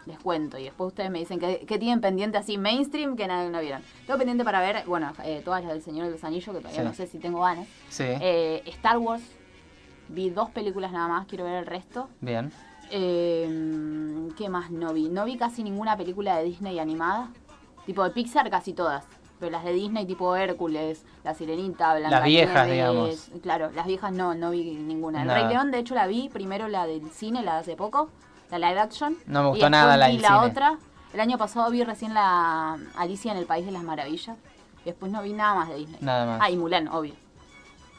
Les cuento y después ustedes me dicen que, que tienen pendiente así mainstream que nadie no vieron. Tengo pendiente para ver, bueno, eh, todas las del Señor de los Anillos, que todavía
Sí.
no sé si tengo ganas.
Sí.
Eh, Star Wars, vi dos películas nada más, quiero ver el resto.
Bien.
Eh, ¿Qué más no vi? No vi casi ninguna película de Disney animada. Tipo de Pixar, casi todas. Pero las de Disney, tipo Hércules, La Sirenita, Blanca
viejas, digamos.
Claro, las viejas no, no vi ninguna. El
Nada.
Rey León, de hecho, la vi primero la del cine, la de hace poco, la live action.
No me
Y
gustó
después
nada la
vi
del
la
cine.
otra. El año pasado vi recién la Alicia en el País de las Maravillas. Después no vi nada más de Disney.
Nada más.
Ah, y Mulan, obvio.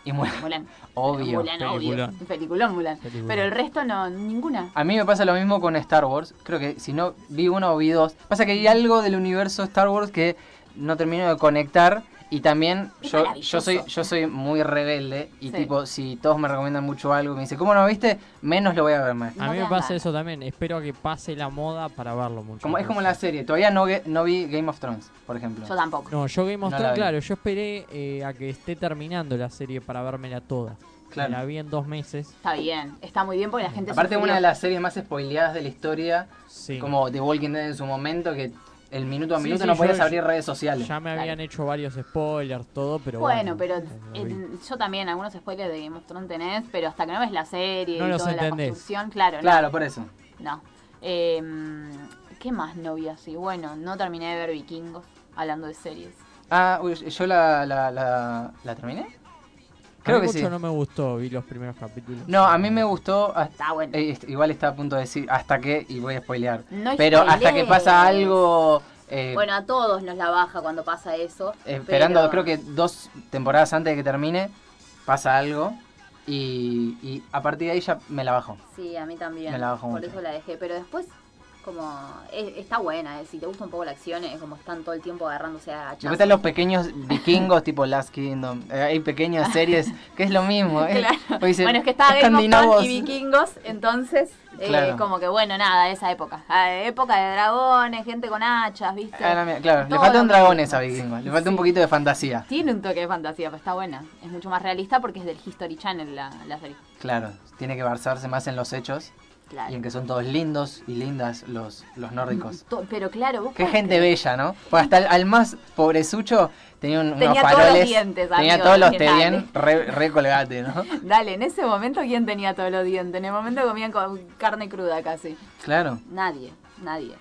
Y bueno,
Mulan.
obvio.
Mulan,
Peliculón.
obvio. Peliculón, Mulan.
Peliculón.
Pero el resto no, ninguna.
A mí me pasa lo mismo con Star Wars. Creo que si no vi uno o vi dos. Pasa que hay algo del universo Star Wars que no termino de conectar. Y también
Es
yo,
maravilloso.
yo soy yo soy muy rebelde. Y
Sí.
tipo, si todos me recomiendan mucho algo y me dicen, ¿cómo no viste? Menos lo voy a ver más.
No
A mí
te
me
dan
pasa
ganas.
eso también. Espero a que pase la moda para verlo mucho.
Como, es como la serie. Todavía no, ge- no vi Game of Thrones, por ejemplo.
Yo tampoco.
No, yo Game
No
of
la
Thrones,
vi.
claro, yo esperé eh, a que esté terminando la serie para vérmela toda.
Claro.
Me La vi en dos meses.
Está bien, está muy bien porque la gente
Aparte,
sufrió.
una de las series más spoileadas de la historia.
Sí.
Como The Walking Dead en su momento, que el minuto a
Sí,
minuto
sí,
no
yo-
podías
yo-
abrir redes sociales.
Ya me habían hecho varios spoilers, todo, pero
Bueno,
bueno.
pero
lo vi.
eh, yo también algunos spoilers de Game of Thrones tenés, pero hasta que no ves la serie
No
y
los
toda la
entendés.
construcción, claro, no,
Claro, por eso.
no. Eh, ¿Qué más no vi así? Bueno, no terminé de ver Vikingos, hablando de series.
Ah, uy, yo la, la, la, ¿la terminé.
A
Creo que
mí mucho
sí.
no me gustó, vi los primeros capítulos.
No, a mí me gustó. ah,
Está bueno.
eh, est- igual está a punto de decir hasta que, y voy a spoilear.
No
pero hasta que
spoilees.
pasa algo. eh,
Bueno, a todos nos la baja cuando pasa eso.
esperando,
pero-
creo que dos temporadas antes de que termine, pasa algo. Y, y a partir de ahí ya me la bajo.
Sí, a mí también.
Me la bajó
Por
mucho.
eso la dejé. Pero después, como. es- está buena, eh, si te gusta un poco la acción, es como están todo el tiempo agarrándose a
Después
hachazos.
están los pequeños vikingos tipo Last Kingdom. Eh, hay pequeñas series que es lo mismo. eh.
Claro.
Porque dicen,
Bueno, es que estaba Game of
escandinavos.
Thrones y vikingos, entonces, eh,
Claro.
como que bueno, nada, esa época. Ah, época de dragones, gente con hachas, ¿viste?
Ah, la mierda, claro, le
Todo
falta un
lo
dragón
mismo.
a vikingos. Le falta un poquito de fantasía.
Tiene un toque de fantasía, pero está buena. Es mucho más realista porque es del History Channel la, la serie.
Claro, tiene que basarse más en los hechos
Claro.
y en que son todos lindos y lindas los, los nórdicos.
To- Pero claro, vos
Qué
podés
gente
creer.
bella, ¿no? Pues hasta el, al más pobrezucho tenía un-
Tenía
unos
todos los
faroles.
dientes,
tenía
amigo,
todos los
dale.
bien re, re colgate, ¿no?
Dale, en ese momento, ¿quién tenía todos los dientes? En el momento comían con carne cruda casi.
Claro.
Nadie, nadie.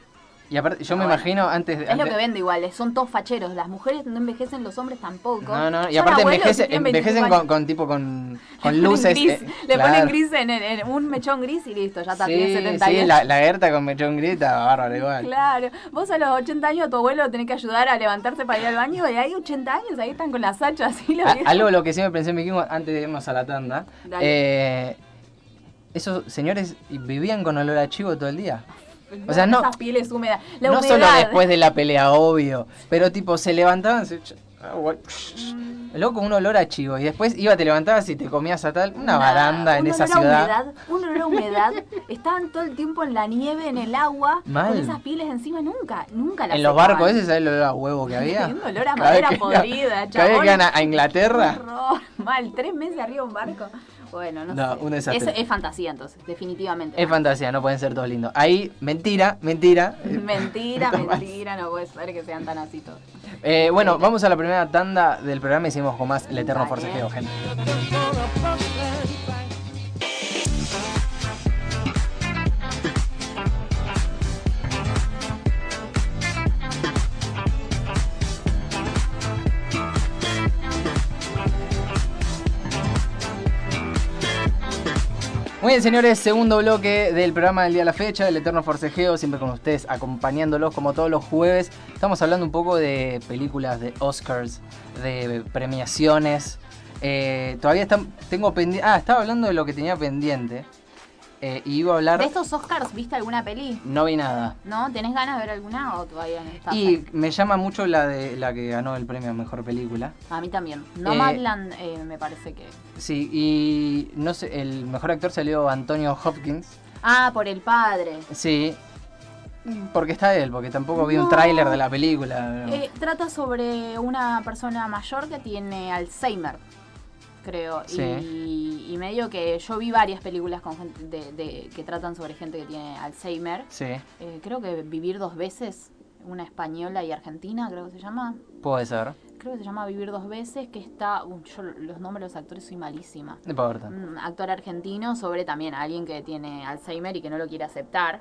Y aparte, yo me
Bueno.
imagino antes de.
Es lo
antes-
que vende igual, eh, son todos facheros. Las mujeres no envejecen, los hombres tampoco.
no, no, y
Son
aparte
abuelos
envejece-
tienen 25
envejecen
años.
con, con tipo con,
Le
con
ponen
luces.
gris,
eh,
le
claro.
ponen gris en, el- en un mechón gris y listo, ya está, tiene
Sí,
70
sí,
años.
la, la Gerta con mechón grita, bárbaro igual.
Claro, vos a los 80 años a tu abuelo lo tenés que ayudar a levantarse para ir al baño y ahí 80 años, ahí están con las hachas así lo
A-
que-
algo lo que siempre pensé en Vikingo antes de irnos a la tanda.
Dale.
eh, esos señores vivían con olor a chivo todo el día. o sea, no-
Esas pieles húmedas. La
no
humedad.
solo después de la pelea, obvio. Pero tipo, se levantaban. Se... ah, guay.
Mm.
Loco, un olor a chivo. Y después iba, te levantabas y te comías a tal. Una baranda en
un
esa
olor a
ciudad.
Humedad, un olor a humedad. Estaban todo el tiempo en la nieve, en el agua,
Mal.
con esas pieles encima nunca, nunca las
En los
secaban.
barcos ese, ¿sabes el olor a huevo que había?
Un olor a
Cada vez
madera
que iba-
podrida,
Cada vez
chabón.
que iban a, a Inglaterra.
Horror, mal, tres meses arriba de un barco. Bueno, no,
No,
sé.
un desastre.
Eso es fantasía entonces, definitivamente.
Es fantasía, no pueden ser todos lindos. Ahí, mentira, mentira.
Mentira,
Nunca más.
mentira, no puede ser que sean tan así todos.
Eh, bueno, vamos a la primera tanda del programa y seguimos con más El Eterno
Vale.
Forcejeo, gente. Muy bien, señores, segundo bloque del programa del día a la fecha, el Eterno Forcejeo, siempre con ustedes, acompañándolos como todos los jueves. Estamos hablando un poco de películas, de Oscars, de premiaciones. Eh, todavía están, tengo pendiente. Ah, estaba hablando de lo que tenía pendiente. Eh, y iba a
¿De
hablar.
estos Oscars viste alguna peli?
No vi nada.
¿No? ¿Tenés ganas de ver alguna o todavía no estás?
Y me llama mucho la de la que ganó el premio a mejor película.
A mí también.
Eh,
No Madland eh, me parece que.
Sí, y no sé, el mejor actor salió Antonio Hopkins.
Ah, por el padre.
Sí. Porque está él, porque tampoco vi un
Mm. No.
tráiler de la película.
Eh, trata sobre una persona mayor que tiene Alzheimer, creo.
Sí.
Y, y medio que yo vi varias películas con gente de- de- que tratan sobre gente que tiene Alzheimer.
Sí,
Eh, creo que Vivir dos veces, una española y argentina, creo que se llama.
puede ser.
Creo que se llama Vivir dos veces, que está... uh, yo los nombres de los actores soy malísima.
No importa.
Un actor argentino sobre también a alguien que tiene Alzheimer y que no lo quiere aceptar.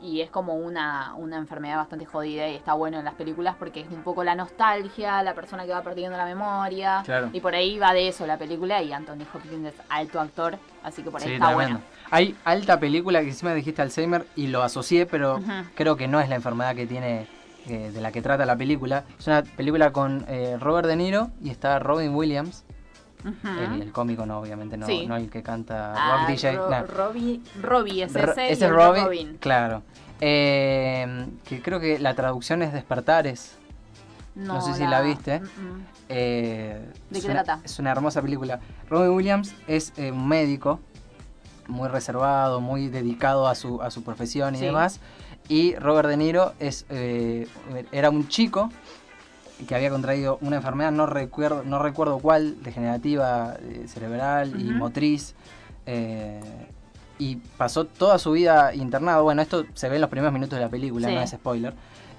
Y es como una, una enfermedad bastante jodida y está bueno en las películas porque es un poco la nostalgia, la persona que va perdiendo la memoria.
Claro.
Y por ahí va de eso la película y Anthony Hopkins es alto actor, así que por ahí
Sí,
está
tremendo.
bueno.
Hay alta película que encima dijiste Alzheimer y lo asocié, pero
Ujú.
creo que no es la enfermedad que tiene, eh, de la que trata la película. Es una película con eh, Robert De Niro y está Robin Williams,
Ujú.
el, el cómico, no, obviamente, no,
Sí.
no el que canta
Ah,
Rock DJ.
Ro-
nah.
Robbie, Robbie es
Ro-
ese, y
ese
el
es
otro
Robin,
Robin.
Claro. Eh, que creo que la traducción es Despertares. No sé si la viste.
Mm, mm.
Eh,
¿De
es
qué
una-
trata?
Es una hermosa película. Robin Williams es eh, un médico muy reservado, muy dedicado a su, a su profesión y
Sí.
demás. Y Robert De Niro es, eh, era un chico que había contraído una enfermedad, no recuerdo, no recuerdo cuál, degenerativa eh, cerebral y
Ujú.
motriz. eh, y pasó toda su vida internado. Bueno, esto se ve en los primeros minutos de la película,
Sí.
no es spoiler.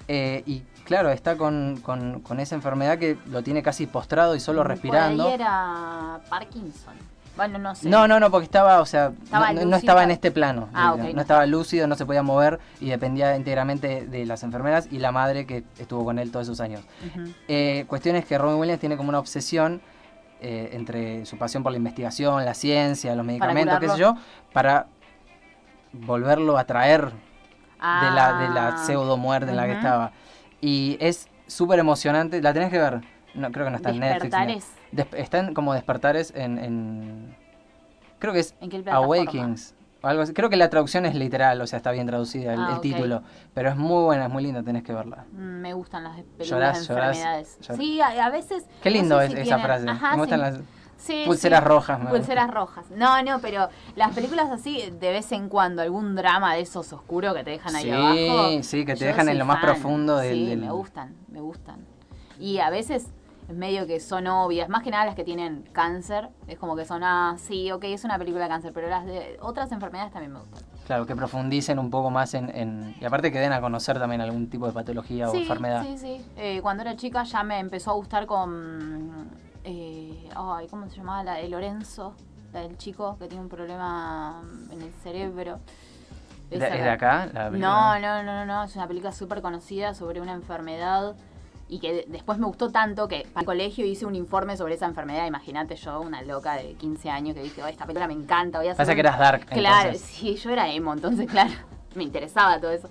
Eh, y claro, está con, con- con esa enfermedad que lo tiene casi postrado y solo
Por
respirando.
ahí era Parkinson. Bueno, no sé.
No, no, no, porque estaba, o sea,
Estaba
no- no, no
lúcido.
estaba en este plano.
Ah, ok,
no,
no
estaba lúcido, no se podía mover y dependía íntegramente de las enfermeras y la madre que estuvo con él todos esos años.
Ujú.
Eh, cuestiones que Robin Williams tiene como una obsesión eh, entre su pasión por la investigación, la ciencia, los medicamentos, qué sé yo,
curarlo.
para volverlo a traer de la, de la
Ah.
pseudo muerte en la que
Ujú.
estaba. Y es súper emocionante, la tenés que ver. No, creo que no está en Netflix. ni-
Despertares.
Des- están como despertares en, en- Creo que es
¿En qué plataforma?
Awakings. o algo así. Creo que la traducción es literal, o sea, está bien traducida el,
Ah,
el
ok.
título. Pero es muy buena, es muy linda, tenés que verla.
Mm, Me gustan las películas
Llorás,
de
llorás,
enfermedades.
llorás.
Sí, a, a veces.
Qué lindo
no sé
es
si
esa
tienen-
frase.
Ajá,
me gustan
sí.
las
Sí,
pulseras
sí.
rojas. me gustan.
Pulseras rojas. No, no, pero las películas así, de vez en cuando, algún drama de esos oscuros que te dejan ahí
Sí,
abajo.
sí, que te
yo
dejan en
soy
lo más
fan.
profundo del-
Sí,
del-
me gustan, me gustan. Y a veces es medio que son obvias, más que nada las que tienen cáncer, es como que son, ah, sí, ok, es una película de cáncer, pero las de otras enfermedades también me gustan.
Claro, que profundicen un poco más en, en- Y aparte que den a conocer también algún tipo de patología o
sí,
enfermedad.
sí, sí. Eh, cuando era chica ya me empezó a gustar con, eh, ay, ¿cómo se llamaba? La de Lorenzo, la del chico que tiene un problema en el cerebro.
¿Es
Esa
de, es
la-
de acá? la
No,
película?
no, no, no, no, es una película súper conocida sobre una enfermedad y que de- después me gustó tanto que para el colegio hice un informe sobre esa enfermedad. Imagínate yo, una loca de 15 años que dije, oh, esta película me encanta, voy a hacer...
Pasa que
un-".
eras dark.
Claro,
entonces.
sí, yo era emo, entonces claro, me interesaba todo eso.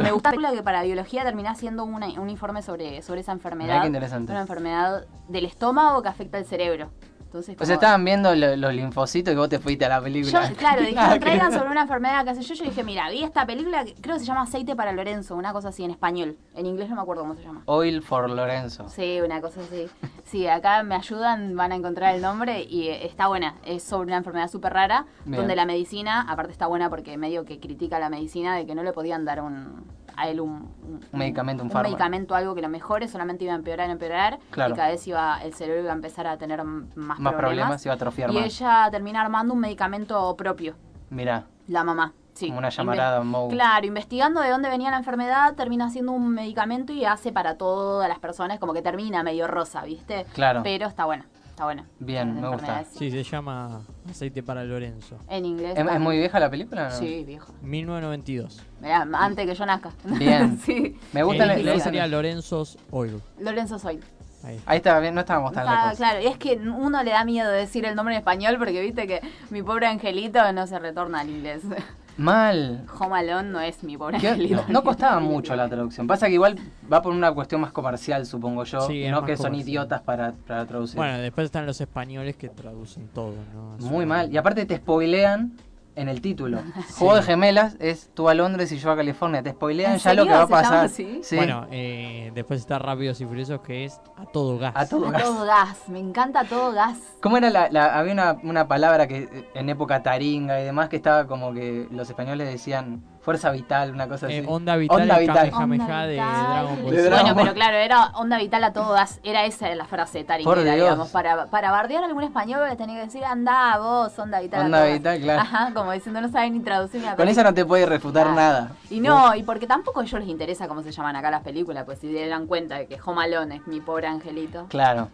me gusta la película que para biología terminé haciendo una- un informe sobre, sobre esa
Mirá
enfermedad.
qué interesante.
Una enfermedad del estómago que afecta al cerebro. Entonces,
O sea,
como-
estaban viendo lo- los linfocitos y vos te fuiste a la
yo,
película.
claro,
Nada
dijeron,
que
traigan
ver.
sobre una enfermedad que sé yo. Yo dije, mira, vi esta película, que creo que se llama Aceite para Lorenzo, una cosa así en español. En inglés no me acuerdo cómo se llama.
Oil for Lorenzo.
Sí, una cosa así. Sí, acá me ayudan, van a encontrar el nombre y eh, está buena. Es sobre una enfermedad súper rara,
Bien.
donde la medicina, aparte está buena porque medio que critica la medicina de que no le podían dar un, a él un, un-
Un medicamento, un fármaco.
medicamento, algo que lo mejore, solamente iba a empeorar, empeorar.
Claro.
Y cada vez iba, el cerebro iba a empezar a tener m- más,
Más problemas
problemas.
iba a atrofiar
y
más.
ella termina armando un medicamento propio.
Mirá,
La mamá, sí.
como una
Inve-
llamarada Moe.
Claro, investigando de dónde venía la enfermedad, termina haciendo un medicamento y hace para todas las personas, como que termina medio rosa, ¿viste?
Claro.
Pero está bueno, está bueno.
Bien,
Las
me gusta.
enfermedades.
Sí, se llama Aceite para Lorenzo.
En inglés.
¿Es, es
también.
muy vieja la película? o no?
Sí, viejo.
1992.
Mirá, antes que yo nazca.
Bien.
sí.
Me gusta
En
la,
Sí,
la-
inglés
sí.
sería Lorenzo's Oil.
Lorenzo soy.
Ahí está.
Ahí está, bien, no estábamos tan
Ah,
lejos.
claro, y es que uno le da miedo decir el nombre en español porque viste que mi pobre angelito no se retorna al inglés.
Mal.
Home Alone no es mi pobre
¿Qué-
angelito.
No costaba mucho la traducción. Pasa que igual va por una cuestión más comercial, supongo yo.
Sí, es
no
más
que son
comercial.
idiotas para, para traducir.
Bueno, después están los españoles que traducen todo, ¿no?
Muy
Eso-
mal. Y aparte te spoilean en el título. Juego de gemelas es tú a Londres y yo a California. Te spoilean
¿En
ya lo que
serio?
va a
¿Se llama
pasar.
así?
Sí.
Bueno, eh, después está Rápidos y Furiosos, que es a todo gas.
a todo
A
gas.
todo gas, me encanta a todo gas.
¿Cómo era la, la- había una, una palabra que eh, en época taringa y demás que estaba como que los españoles decían fuerza vital, una cosa así.
Eh, onda Vital,
Onda
el
vital.
Kamehameha
Onda
de
vital.
Dragon Ball
De
Z.
Dragon
Bueno,
Ball.
pero claro, era onda vital a todas. Era esa la frase
Por
taringuera,
Dios.
digamos. Para, para bardear a algún español le tenía que decir, anda vos, onda vital
Onda
a todas.
vital, claro.
Ajá, como diciendo, no saben ni traducir una
Con esa no te puede refutar
Claro.
nada.
Y no, y porque tampoco a ellos les interesa cómo se llaman acá las películas, pues si dieran cuenta de que Home Alone es mi pobre angelito.
Claro.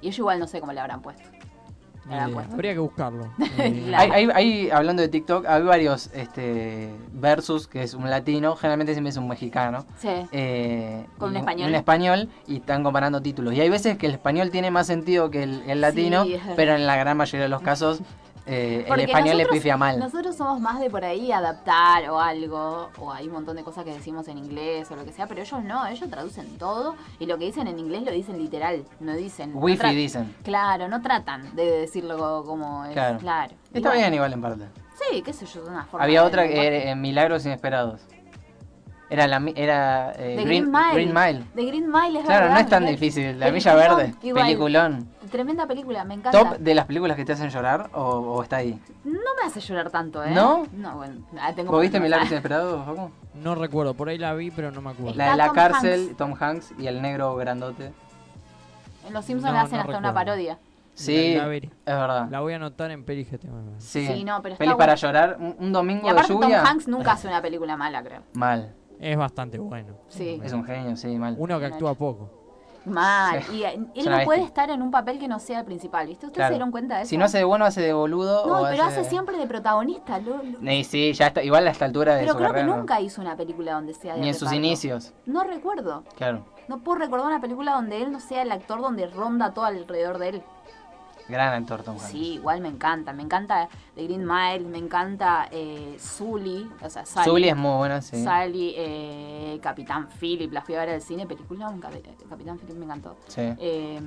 Y ellos igual no sé cómo le habrán puesto.
Ni idea. Eh, Habría que buscarlo. Eh,
Claro.
Hay, hay- hay- hablando de TikTok, hay varios este, versus, que es un latino, generalmente siempre es un mexicano.
Sí.
eh,
Con un
y
español.
Un español y están comparando títulos. Y hay veces que el español tiene más sentido que el, el latino,
Sí, es verdad.
pero en la gran mayoría de los casos eh, el
Porque
español le
nosotros-
pifia mal.
Nosotros somos más de por ahí adaptar o algo, o hay un montón de cosas que decimos en inglés o lo que sea, pero ellos no, ellos traducen todo y lo que dicen en inglés lo dicen literal, no dicen. no
Wifi
tra-
dicen.
Claro, no tratan de decirlo co- como es.
Claro.
Claro.
Está
Igual.
bien igual en parte.
Sí, qué sé yo, es una forma.
Había
de-
otra que era eh, Milagros Inesperados. Era la mi- era eh,
De
Green,
Green, Mile.
Green Mile.
De Green Mile es
Claro,
verdad,
no es tan
mirá.
difícil. La Milla
Peliculón,
Verde,
igual.
peliculón.
Tremenda película, me encanta.
¿Top de las películas que te hacen llorar o, o está ahí?
No me hace llorar tanto, ¿eh?
¿No?
No, bueno, ah, tengo
¿Vos viste
problemas.
Milagros Inesperados, Facu?
no recuerdo, por ahí la vi, pero no me acuerdo.
La de la
Tom
cárcel,
Hanks.
Tom Hanks y el negro grandote.
ah, En Los Simpsons
No,
le hacen
no
hasta una
recuerdo.
parodia.
Sí,
La veré.
es verdad.
La voy a anotar en Peli GT.
Sí,
Sí, no, pero está
Peli para
bueno.
llorar, un, un domingo
Y
de
aparte Tom
lluvia.
Hanks nunca hace una película mala, creo.
Mal.
Es bastante bueno.
Sí.
Es un genio, sí, mal.
Uno que actúa poco.
Mal. Y eh,
Es
él
una
no puede
bestia.
estar en un papel que no sea el principal, ¿viste? ¿Ustedes
Claro.
se dieron cuenta de eso?
Si no hace de bueno, hace de boludo.
No,
o
pero hace
de-
siempre de protagonista, Lolo.
Eh, sí, ya está. Igual a esta altura de
Pero
su
creo que
carrera. ¿no?
nunca hizo una película donde sea de
Ni en sus
reparto.
inicios.
No recuerdo.
Claro.
No puedo recordar una película donde él no sea el actor donde ronda todo alrededor de él.
Gran actor Tom Hanks.
Sí, igual me encanta. Me encanta The Green Mile, me encanta eh, Sully, o sea, Sally.
Zully es muy buena, sí.
Sally, eh, Capitán Philip, la fui a ver al cine, película, un capi- Capitán Philip me encantó.
Sí.
Eh,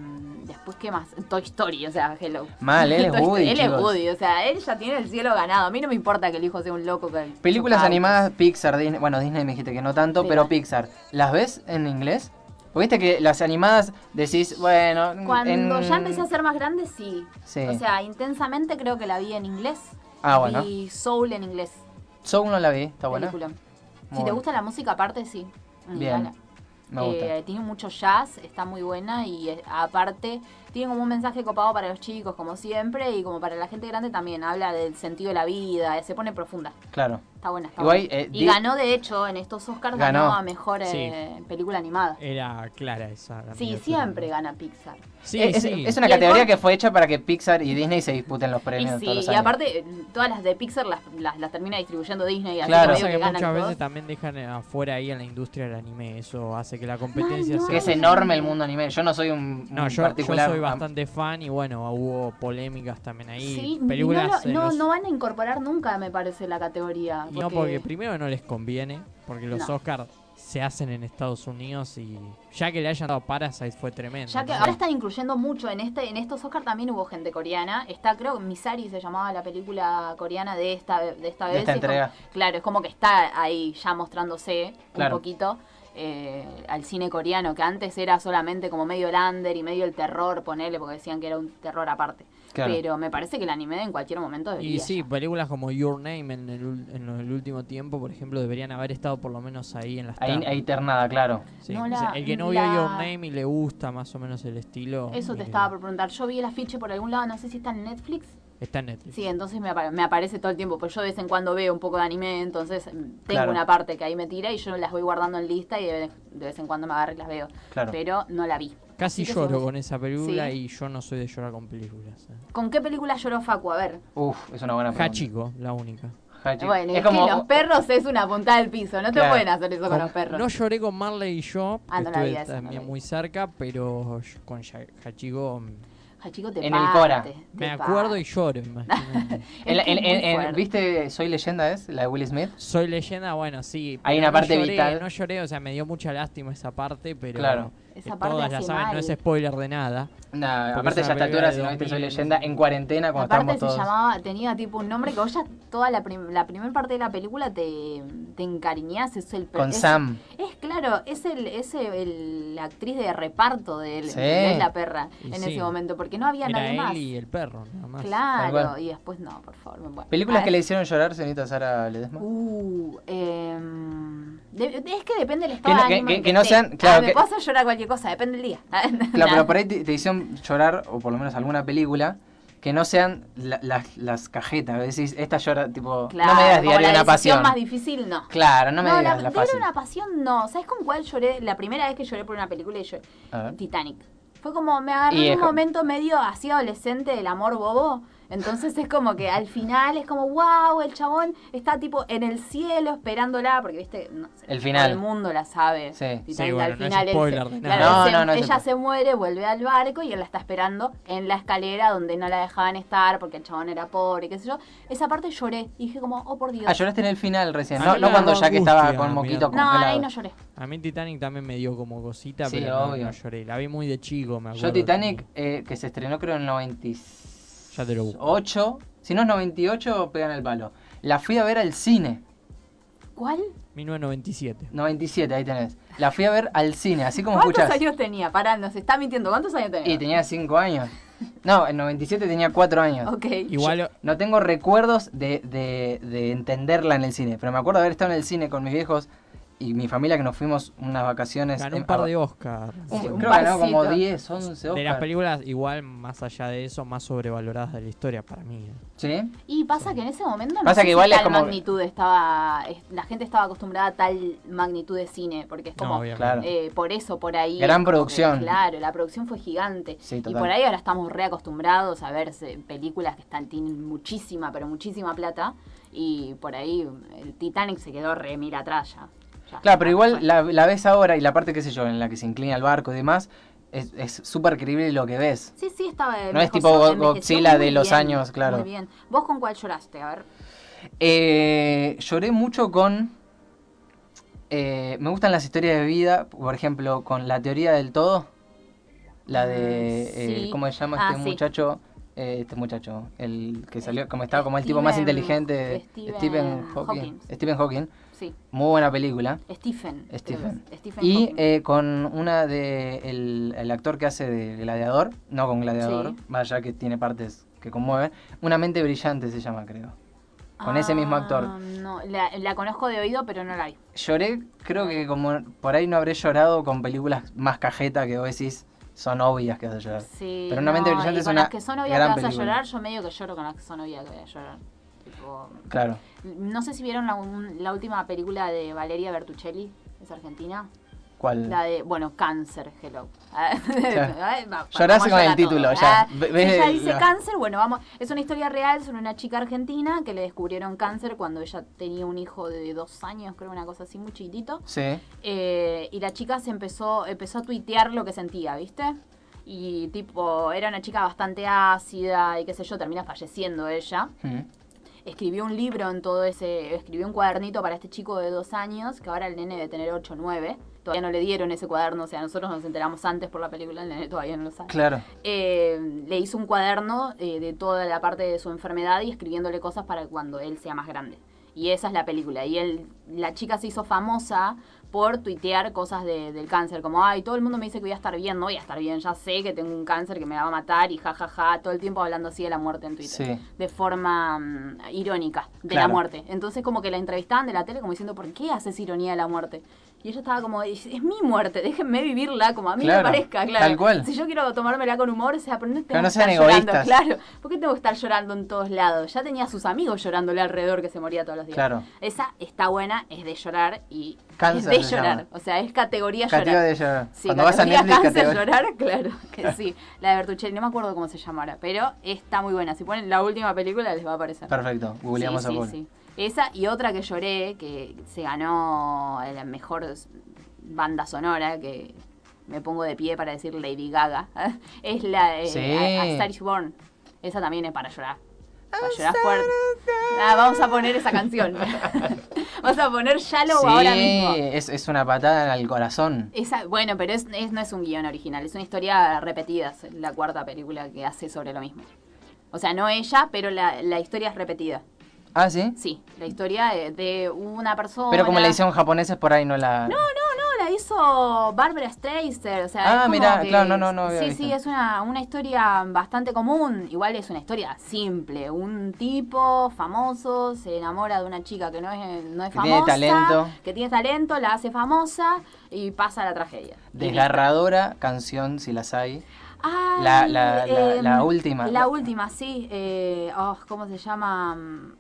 después, ¿qué más? Toy Story, o sea, hello.
Mal, él es
Toy Story,
Woody,
Él
chicos.
es Woody, o sea, él ya tiene el cielo ganado. A mí no me importa que el hijo sea un loco. que-
Películas
chocado.
animadas, Pixar, Disney. Bueno, Disney me dijiste que no tanto, pero,
Pero-
Pixar. ¿Las ves en inglés? Porque viste que las animadas decís, bueno. en-
Cuando
en-
ya empecé a ser más grande, sí.
Sí.
O sea, intensamente creo que la vi en inglés.
Ah, bueno.
Y Soul en inglés.
Soul no la vi, está buena.
película. Si te
buena.
gusta la música aparte, sí. Ni
Bien.
gana.
Me gusta.
Eh, tiene mucho jazz, está muy buena y eh, aparte tiene como un mensaje copado para los chicos, como siempre, y como para la gente grande también. Habla del sentido de la vida, eh, se pone profunda.
Claro.
Está buena, está
Igual,
buena.
eh,
y
di-
ganó, de hecho, en estos Oscars, ganó,
Ganó.
a mejor eh, película animada.
Era clara esa. la
sí,
miniatura.
siempre gana Pixar.
Sí,
Eh, es,
sí.
es una
Y el
categoría
cor-
que fue hecha para que Pixar y Disney se disputen los
Y
premios.
sí,
todos los
y
años.
aparte, eh, todas las de Pixar las, las, las termina distribuyendo Disney. Así
Claro.
como
Pasa
digo
que
que ganan
muchas veces
todos.
también dejan afuera ahí en la industria del anime. Eso hace que la competencia
no.
Que
sea.
es enorme el mundo anime. Yo no soy un,
No,
un
yo, yo
particular.
soy bastante fan y bueno, hubo polémicas también ahí.
Sí,
películas
no,
en
lo- no,
los-
no van a incorporar nunca, me parece, la categoría.
No, porque primero no les conviene, porque los
Ah, No.
Oscars se hacen en Estados Unidos y ya que le hayan dado Parasite fue tremendo.
Ya que
¿no?
ahora están incluyendo mucho en este en estos Oscar también hubo gente coreana. Está creo que Misari se llamaba la película coreana de esta de esta
De esta
vez. Es como-
entrega.
claro, es como que está ahí ya mostrándose
Claro.
un poquito eh, al cine coreano que antes era solamente como medio el under y medio el terror, ponele porque decían que era un terror aparte.
Claro.
Pero me parece que el anime en cualquier momento debería.
Y sí,
ya.
películas como Your Name en el, ul- en el último tiempo, por ejemplo, deberían haber estado por lo menos ahí en las
Ahí,
tablas.
ahí ternada, claro.
Sí,
No,
o
la-
sea, el que no vio
la-
Your Name y le gusta más o menos el estilo.
eh.
Eso te
mire,
estaba por preguntar. Yo vi el afiche por algún lado, no sé si está en Netflix.
Está en Netflix.
Sí, entonces me, apa- me aparece todo el tiempo, pues yo de vez en cuando veo un poco de anime, entonces mm, tengo
Claro.
una parte que ahí me tira y yo las voy guardando en lista y de vez, de vez en cuando me agarro y las veo.
Claro.
Pero no la vi.
Casi
Así que
lloro
somos-
con esa película
Sí.
y yo no soy de llorar con películas. eh.
¿Con qué película lloró Facu? A ver.
Uf, es una buena pregunta.
Hachiko, la única.
Hachiko.
Bueno, es,
es como
que los perros es una puntada del piso, no te
Claro.
pueden hacer eso con
Con-
los perros.
No lloré con Marley y yo,
Ah, no la
estuve
vi esa, no la
también
vi.
muy cerca, pero yo- con Ya- Hachiko mm,
Hachiko, te
En el
parte,
Cora.
te
me
parte.
acuerdo y lloro, imagínate.
Es
En la-
que
en-
es muy
en- en-
fuerte.
¿Viste Soy Leyenda es? La de Will Smith.
Soy leyenda, bueno, sí.
Hay
pero
una
no
parte
lloré,
vital.
No lloré, o sea, me dio mucha lástima esa parte, pero.
Claro.
eh,
Esa parte
todas la
hace
saben,
mal.
no es spoiler de nada.
Nah,
Porque
aparte
es
ya a esta
una
altura,
película de
si no viste Soy
2000.
Leyenda, en cuarentena cuando
Aparte
estábamos todos.
se llamaba, tenía tipo un nombre que vos ya toda la, prim- la primera parte de la película te, te encariñás, es el
Con
es-
Sam.
Es claro, es el, es el- la actriz de reparto de él,
Sí.
de la perra
Y
en
sí.
ese momento, porque no había
Era
nadie
él
más.
y el perro, nada más.
Tal cual.
Claro, y después no, por favor. bueno.
Películas
Ah,
que le hicieron llorar, señorita Sara Ledesma.
Uh, em, de- es que depende del
Que
estado
no-
de
que-
ánimo
que-
en
que no
esté.
sean- claro,
Ah, me
que-
puedo hacer llorar cualquier cosa, depende del día.
Claro, pero por ahí te, te hicieron llorar, o por lo menos alguna película, que no sean la- las- las cajetas. Decís, esta llora, tipo,
Claro,
no me digas
como
diario
la
una
decisión
pasión.
más difícil, no.
Claro, no me digas
la,
la,
de ver
fácil.
una pasión no. ¿Sabes con cuál lloré? La primera vez que lloré por una película y lloré.
A ver.
Titanic. Fue como me agarré
Y
en
es
un
co-
momento medio así adolescente del amor bobo. Entonces es como que al final es como, wow, el chabón está tipo en el cielo esperándola, porque viste, no sé,
El final.
todo el mundo la sabe.
Sí.
Titanic,
Sí, bueno,
al
no es
final él
spoiler
se-
de
claro,
nada.
él
No,
se-
no, no es
ella
spoiler.
se muere, vuelve al barco y él la está esperando en la escalera donde no la dejaban estar porque el chabón era pobre, qué sé yo. Esa parte lloré, y dije como, oh por Dios.
Ah, lloraste en el final recién.
A
No,
mí
no
me
cuando
agarró
ya que estaba
angustia,
con moquito
no,
congelado.
ahí no lloré.
A mí Titanic también me dio como cosita,
Sí,
pero no-
obvio.
No, lloré. La vi muy de chico, me acuerdo.
Yo Titanic, eh, que se estrenó creo en el 98,
Ya te lo busco.
si no es 98, pegan el palo. La fui a ver al cine,
¿Cuál?
1997.
97, ahí tenés. La fui a ver al cine, así como
¿Cuántos
escuchás.
años tenía? Pará, nos está mintiendo. ¿Cuántos años tenía?
Y tenía 5 años. No, en 97 tenía 4 años.
Ok.
Igual
No tengo recuerdos de, de- de entenderla en el cine, pero me acuerdo de haber estado en el cine con mis viejos y mi familia que nos fuimos unas vacaciones.
Ganó
en-
un par
em, a-
de Oscars.
un-
Sí,
Fue.
un
creo que ganó
parcito.
como 10, 11
De las
Oscar.
películas, igual, más allá de eso, más sobrevaloradas de la historia para mí. ¿eh?
Sí.
Y pasa que en ese momento no
Pasa
sé
que
si
igual es
tal
como-
magnitud estaba. es- La gente estaba acostumbrada a tal magnitud de cine, porque es
No,
como.
obviamente.
claro.
eh, por eso, por ahí.
Gran
como que,
producción.
claro, la producción fue gigante.
Sí,
y
total.
por ahí ahora estamos reacostumbrados a ver se- películas que están, tienen muchísima, pero muchísima plata. Y por ahí el Titanic se quedó re mira atrás ya. Ya
Claro, pero
está,
igual
fue.
la, la ves ahora y la parte, qué sé yo, en la que se inclina el barco y demás, es es súper creíble lo que ves.
Sí, sí, estaba.
No es
envejeció-
tipo Go-
envejeció
Godzilla
muy
de los
bien,
años, claro.
Muy bien. ¿Vos con cuál lloraste? A ver.
Eh, lloré mucho con... eh, me gustan las historias de vida, por ejemplo, con la teoría del todo. La de...
Mm,
eh,
sí.
¿Cómo se llama
Ah,
este
sí.
muchacho? Eh, este muchacho, el que salió, como estaba como el tipo
Steven-
más inteligente,
Steven
Hawking.
Hawking.
Stephen Hawking.
Sí.
Muy buena película.
Stephen. creo
Stephen.
que es. Stephen
Y
Hawking.
eh, con una de el, el actor que hace de gladiador, no con gladiador,
Sí.
vaya que tiene partes que conmueven, una mente brillante se llama, creo. con ese mismo actor.
Ah, No, la, la conozco de oído, pero no la vi.
Lloré, creo que como por ahí no habré llorado con películas más cajeta que vos decís son obvias que vas a llorar.
Sí,
Pero una mente
no,
brillante
y
es
con
una
las que son obvias
gran
que vas
película.
a llorar, yo medio que lloro con las que son obvias que voy a llorar. Tipo,
Claro.
no sé si vieron la, un- la última película de Valeria Bertuccelli, es argentina.
¿Cuál?
La de, bueno, cáncer, hello.
Llorás
Llorás
con el título, ya. Ve- ves
Ah, ella dice
la-
cáncer, bueno, vamos. Es una historia real sobre una chica argentina que le descubrieron cáncer cuando ella tenía un hijo de dos años, creo, una cosa así, muy chiquitito.
Sí.
Eh, y la chica se empezó, empezó a tuitear lo que sentía, ¿viste? Y tipo, era una chica bastante ácida y qué sé yo, termina falleciendo ella.
Mm.
Escribió un libro en todo ese, escribió un cuadernito para este chico de dos años, que ahora el nene debe tener 8 o 9. Todavía no le dieron ese cuaderno, o sea, nosotros nos enteramos antes por la película, el nene todavía no lo sabe
Claro.
eh, le hizo un cuaderno eh, de toda la parte de su enfermedad y escribiéndole cosas para cuando él sea más grande. Y esa es la película. Y él, la chica se hizo famosa por tuitear cosas de- del cáncer. Como, ay, todo el mundo me dice que voy a estar bien. No voy a estar bien, ya sé que tengo un cáncer que me va a matar y jajaja. todo el tiempo hablando así de la muerte en Twitter.
Sí.
De forma mm, irónica de
Claro.
la muerte. Entonces como que la entrevistaban de la tele como diciendo, ¿por qué haces ironía de la muerte? Y ella estaba como, es, es mi muerte, déjenme vivirla como a mí
Claro,
me parezca, claro.
tal cual.
Si yo quiero tomármela con humor, o sea, pero no tengo
Pero no
que
sean
estar llorando,
egoístas.
claro. ¿Por qué tengo que estar llorando en todos lados? Ya tenía a sus amigos llorándole alrededor que se moría todos los días.
Claro.
Esa está buena, es de llorar y
Cáncer
es
se
de llorar.
llama.
O sea, es categoría
Categoría
llorar.
de llorar.
Sí,
Cuando vas a
categoría
Netflix,
cáncer
categoría-
llorar, claro que sí. La de Bertuccelli, no me acuerdo cómo se llama ahora, pero está muy buena. Si ponen la última película les va a aparecer.
Perfecto, googleamos
Sí,
a
sí,
Paul.
sí. Esa y otra que lloré, que se ganó la mejor s- banda sonora, que me pongo de pie para decir Lady Gaga, es la eh,
Sí.
A, A Star is Born. Esa también es para llorar. Para llorar fuerte. Ah, vamos a poner esa canción. vamos a poner Shallow
Sí,
ahora mismo.
es, es una patada al corazón.
Esa, bueno, pero es, es- no es un guión original, es una historia repetida, es la cuarta película que hace sobre lo mismo. O sea, no ella, pero la, la historia es repetida.
Ah, sí.
Sí, la historia de, de una persona.
Pero como la edición japoneses por ahí no la.
No, la hizo Barbara Streisand. O sea,
Ah,
es como
mirá,
que-
claro, no, no, no había
Sí,
visto.
sí, es una, una historia bastante común. Igual es una historia simple. Un tipo famoso se enamora de una chica que no es, no es
Que tiene
famosa.
talento.
Que tiene talento, la hace famosa y pasa la tragedia. Y
Desgarradora canción, si las hay.
listo. Ay,
la- la- la-
em,
la última.
La última, sí. Eh, oh, ¿Cómo se llama? Mm,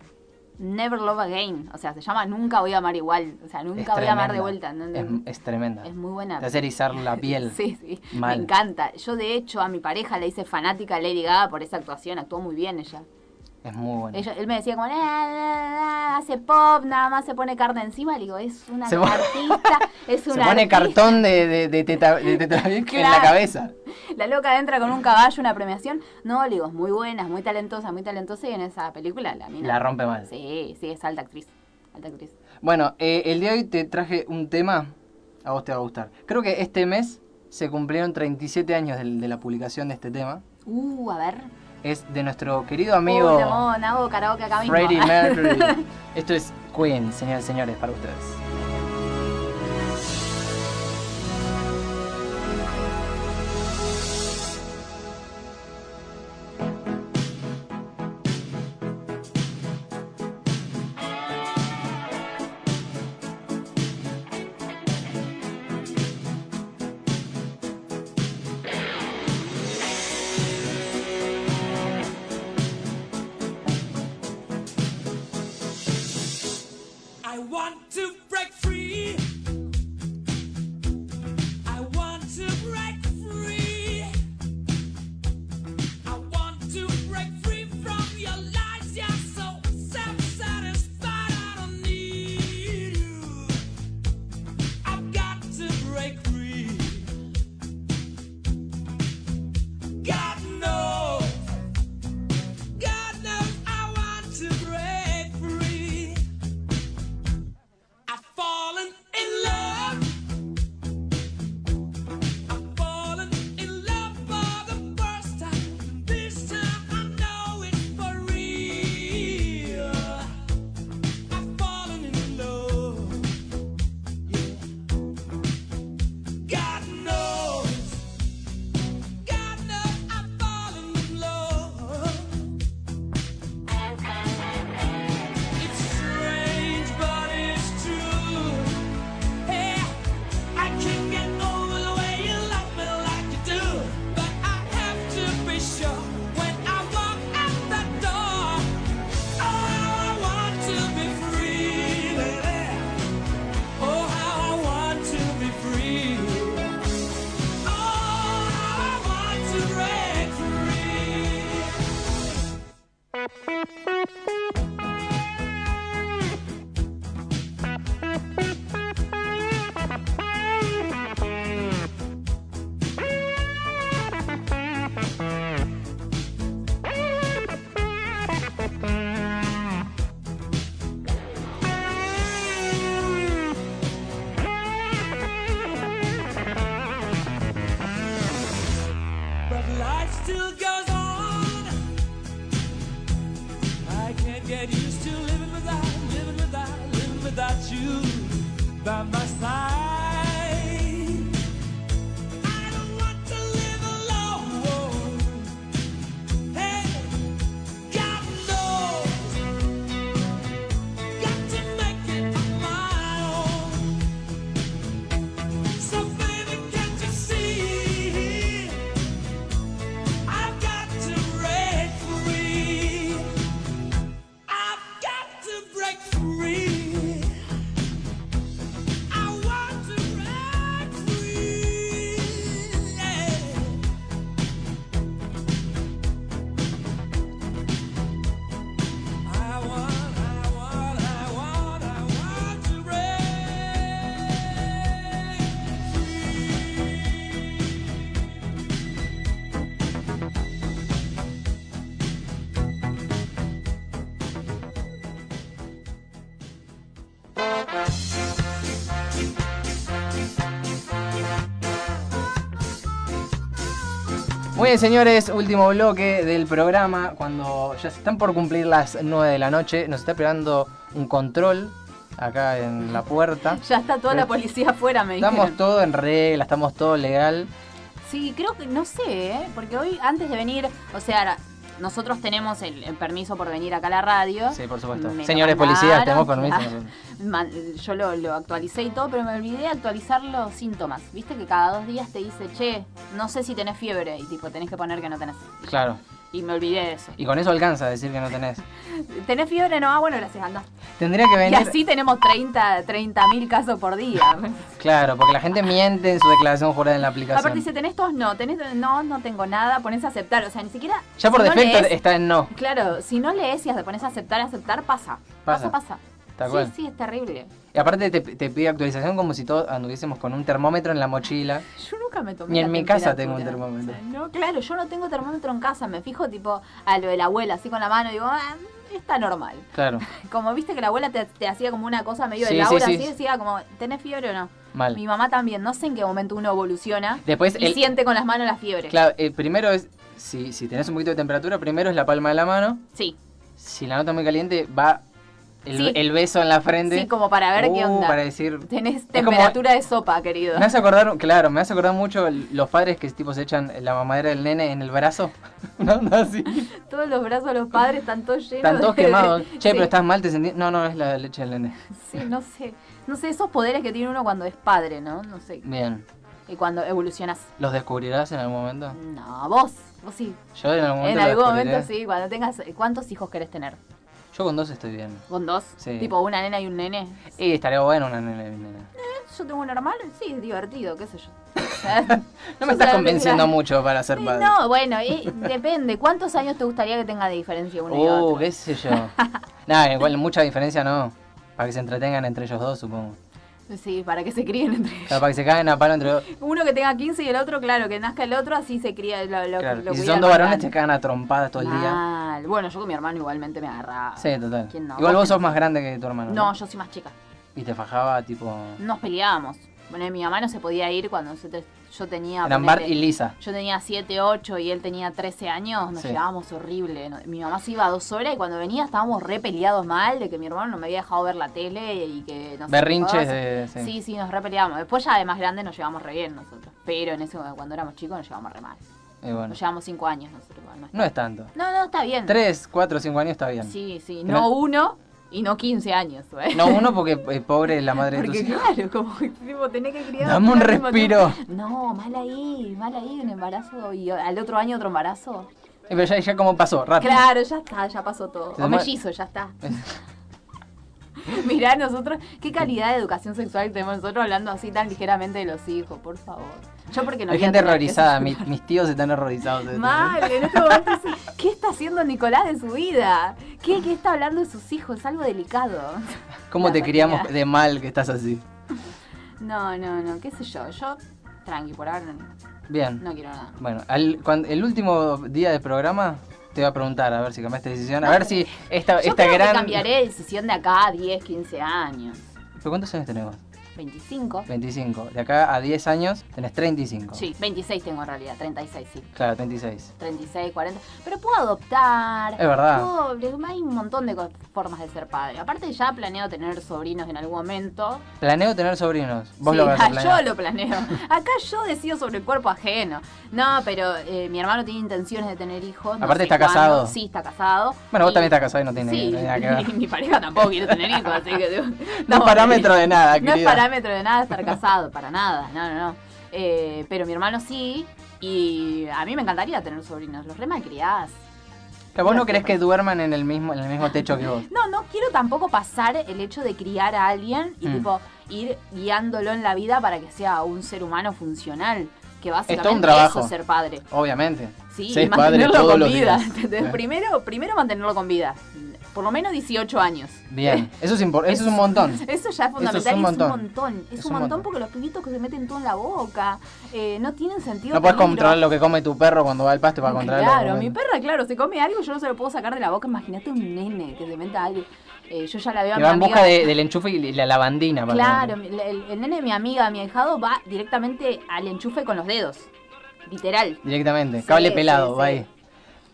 Never Love Again. O sea, se llama Nunca voy a amar igual. O sea, nunca
Es
voy a amar de
tremenda.
vuelta. No, no,
Es, es tremenda.
Es muy buena.
Te hace erizar la piel.
Sí, sí.
Mal.
Me encanta. Yo, de hecho, a mi pareja le hice fanática a Lady Gaga por esa actuación. Actuó muy bien ella.
Es muy buena.
Ella- él me decía como, "Ah, ah, ah, hace pop, nada más se pone carne encima. Le digo, es una
Se pone-
artista, es
Se
una
pone cartón de, de, de teta, de teta- en la
Claro.
cabeza.
La loca entra con un caballo, una premiación. No, le digo, es muy buena, es muy talentosa, muy talentosa. Y en esa película la mina.
La rompe mal.
Sí, sí, es alta actriz. Alta actriz.
Bueno, eh, el día de hoy te traje un tema. A vos te va a gustar. Creo que este mes se cumplieron 37 años del- de, la publicación de este tema.
Uh, a ver.
Es de nuestro querido amigo
Oh, no, no hago karaoke acá mismo.
Freddie Mercury. Esto es Queen, señores y señores, para ustedes.
I oh, Oh, Oh, still goes on. I can't get used to living without, living without, living without you by my side. I don't want to live alone. Hey, God knows, got to make it on my own. So baby, can't you see? I've got to break free. I've got to break free. I want to break free. Yeah. I want, I want, I want, I want to break free.
Muy bien, señores, último bloque del programa. Cuando ya se están por cumplir las 9 de la noche, nos está esperando un control acá en la puerta.
Ya está toda la policía afuera, me
Estamos
dijeron.
todo en regla, estamos todo legal.
Sí, creo que, no sé, ¿eh? porque hoy antes de venir, o sea, ahora, nosotros tenemos el, el permiso por venir acá a la radio.
Sí, por supuesto.
Me lo
Señores policías, tenemos
mandaron,
permiso.
claro. Man- Yo lo, lo actualicé y todo, pero me olvidé de actualizar los síntomas. Viste que cada dos días te dice, che, no sé si tenés fiebre, y tipo, tenés que poner que no tenés.
Claro.
Y me olvidé de eso.
Y con eso alcanza a decir que no tenés.
¿Tenés fiebre? No, ah, bueno, gracias, anda.
Tendría que
Y
venir.
así tenemos 30 mil casos por día.
Claro, porque la gente miente en su declaración jurada en la aplicación.
Aparte dice, tenés todos no, tenés no, no tengo nada, pones a aceptar. O sea, ni siquiera.
Ya por
si no
defecto
lees-
está en no.
Claro, si no lees y te pones a aceptar, aceptar, pasa.
Pasa.
Pasa, pasa.
Tal
sí,
cual.
sí, es terrible.
Y aparte te, te pide actualización como si todos anduviésemos con un termómetro en la mochila.
Yo nunca me tomé
Ni en
la
mi casa tengo
temperatura.
un termómetro.
O sea, No, claro, yo no tengo termómetro en casa. Me fijo, tipo, a lo de la abuela, así con la mano, y digo, ah, está normal.
Claro,
Como viste que la abuela te, te hacía como una cosa medio
Sí,
de Laura,
sí, sí.
así decía, como, ¿tenés fiebre o no?
mal.
Mi mamá también, no sé en qué momento uno evoluciona
Después
y
el,
siente con las manos la fiebre.
Claro, eh, primero es, si, si tenés un poquito de temperatura, primero es la palma de la mano.
Sí,
Si la nota es muy caliente, va el,
Sí.
el beso en la frente.
sí, como para ver qué
Uh,
onda.
Para decir...
Tenés
como-
temperatura de sopa, querido.
Me hace acordar, claro, me hace acordar mucho el- los padres que tipo se echan la mamadera del nene en el brazo. Una onda así.
Todos los brazos de los padres están todos llenos.
Están todos
de-
quemados. Che,
Sí,
pero estás mal, te sentís... No, no, es la leche del nene.
Sí, no sé. No sé, esos poderes que tiene uno cuando es padre, ¿no? No sé.
Bien.
Y cuando evolucionas.
¿Los descubrirás en algún momento?
No, vos, vos sí.
Yo en algún momento
En
los
algún
descubriré.
momento sí, cuando tengas. ¿Cuántos hijos querés tener?
Yo con dos estoy bien.
¿Con dos?
Sí.
Tipo una nena y un nene. Eh,
Y estaría bueno una nena y un nene.
Yo tengo un hermano, sí, es divertido, qué sé yo.
No me estás convenciendo
mucho.
mucho para ser padre.
No, bueno, eh, depende. ¿Cuántos años te gustaría que tenga de diferencia uno y
Oh,
otro?
qué sé yo. Nada, igual mucha diferencia no. Para que se entretengan entre ellos dos, supongo.
Sí, para que se críen entre ellos.
Claro, para que se caigan a palo entre dos.
Uno que tenga 15 y el otro, claro, que nazca el otro, así se cría lo, lo,
Claro.
lo
Y si
cuida
son
el
dos varones,
bacán.
te cagan a trompadas todo el día.
Mal. Bueno, yo con mi hermano igualmente me agarraba.
Sí, total.
¿Quién no?
Igual vos
¿Vos
sos más grande que tu hermano.
No, yo soy más chica.
Y te fajaba, tipo.
Nos peleábamos. Bueno, y mi mamá no se podía ir cuando nosotros- yo tenía...
Eran Bart
ponele,
y Lisa.
Yo tenía 7, 8 y él tenía 13 años, nos
Sí.
llevábamos horrible. No- Mi mamá se iba a dos horas y cuando venía estábamos re peleados mal de que mi hermano no me había dejado ver la tele y que... No sé qué
Berrinches
cosa.
de. Sí.
Sí. sí, nos re peleábamos. Después ya de más grandes nos llevamos re bien nosotros. Pero en ese cuando éramos chicos nos llevamos re mal.
Y eh, bueno.
Nos llevamos 5 años nosotros. igual, No,
No es tanto.
no, no, está bien.
Tres, cuatro, cinco años está bien.
Sí, sí,
Pero-
no uno y no 15 años. ¿eh?
No, uno porque eh, pobre es la madre de tus
Porque
hijos.
claro, como que, tipo, tenés que criar.
Dame un
al mismo
respiro.
tiempo. No, mal ahí, mal ahí, un embarazo y al otro año otro embarazo.
Eh, Pero ya, ya como pasó, rápido.
Claro, ya está, ya pasó todo.
Te
O
toma-
mellizo, ya está. Mirá, nosotros, qué calidad de educación sexual tenemos nosotros hablando así tan ligeramente de los hijos, por favor. Yo porque no
Hay
voy a
gente
tener que-
horrorizada. mi- Mis, tíos están horrorizados. de esto.
Mal, en este momento sí. ¿Qué está haciendo Nicolás de su vida? ¿Qué, qué está hablando de sus hijos? Es algo delicado.
¿Cómo
La
te criamos
realidad.
de mal que estás así?
No, no, no, qué sé yo. Yo, tranqui, por ahora no,
Bien.
no quiero nada.
Bueno, al, cuan- el último día del programa te voy a preguntar a ver si cambiaste de decisión. A ver si esta,
Yo
esta
creo
gran.
que cambiaré de decisión de acá a 10, 15 años.
¿Pero cuántos años tenemos?
25.
25. De acá a 10 años tenés 35.
Sí, 26 tengo en realidad, 36, sí.
Claro, 36.
36, 40. Pero puedo adoptar.
Es verdad.
puedo- hay un montón de co- formas de ser padre. Aparte ya planeo tener sobrinos en algún momento.
Planeo tener sobrinos. Vos
Sí, Ah,
lo vas a
yo
planear.
lo planeo. Acá yo decido sobre el cuerpo ajeno. No, pero eh, mi hermano tiene intenciones de tener hijos. no
Aparte
sé
está casado.
Sí, está casado.
Bueno, vos
Y-
también estás casado y no tiene
Sí,
nada que ver.
y mi pareja tampoco quiere tener hijos, así que... digo,
No es
estamos-
parámetro de nada,
No es
querida.
parámetro de nada estar casado, para nada, no, no, no. Eh, pero mi hermano sí, y a mí me encantaría tener sobrinos, los re malcriás.
Que vos no querés que duerman en el mismo, en el mismo techo que vos.
No, no quiero tampoco pasar el hecho de criar a alguien y
Mm.
tipo ir guiándolo en la vida para que sea un ser humano funcional, que básicamente
todo un trabajo.
eso es ser padre.
Obviamente.
Sí,
Ser
y
padre
mantenerlo
todos
con
los
vida.
días.
¿entendés?
Sí.
Primero, primero mantenerlo con vida. Por lo menos 18 años.
Bien. Eso es, impor- eso es un montón.
Eso ya es fundamental
Eso es un
y
montón.
es un montón. Es, un montón, porque los pibitos que se meten todo en la boca eh, no tienen sentido.
No puedes
peligro.
controlar lo que come tu perro cuando va al pasto para controlar lo que
Claro,
come.
mi perra, claro, se come algo, yo no se lo puedo sacar de la boca. Imagínate un nene que se meta algo. Eh, yo ya la veo a
Que
mi
va en
amiga.
busca de- del enchufe y la lavandina. para
Claro,
comer.
mi- el, el nene de mi amiga, mi ahijado, va directamente al enchufe con los dedos. Literal.
Directamente.
Sí,
Cable pelado,
sí, sí.
va ahí.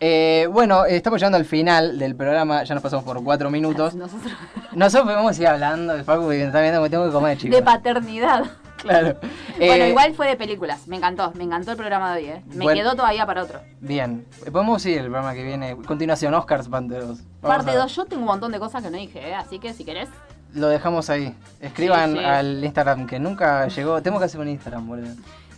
Eh, bueno, eh, estamos llegando al final del programa. Ya nos pasamos por cuatro minutos.
Nosotros-
Nosotros podemos ir hablando de Facu, que me está viendo que tengo que comer, chicos.
de paternidad.
Claro.
Bueno,
Eh,
igual fue de películas. Me encantó, me encantó el programa de hoy. ¿eh? Me
Bueno.
quedó todavía para otro.
Bien. Podemos ir el programa que viene. Continuación, Oscars, parte 2.
Parte 2, yo tengo un montón de cosas que no dije, ¿eh? así que si querés.
Lo dejamos ahí. Escriban
Sí, sí.
al Instagram que nunca llegó. Tenemos que hacer un Instagram, boludo.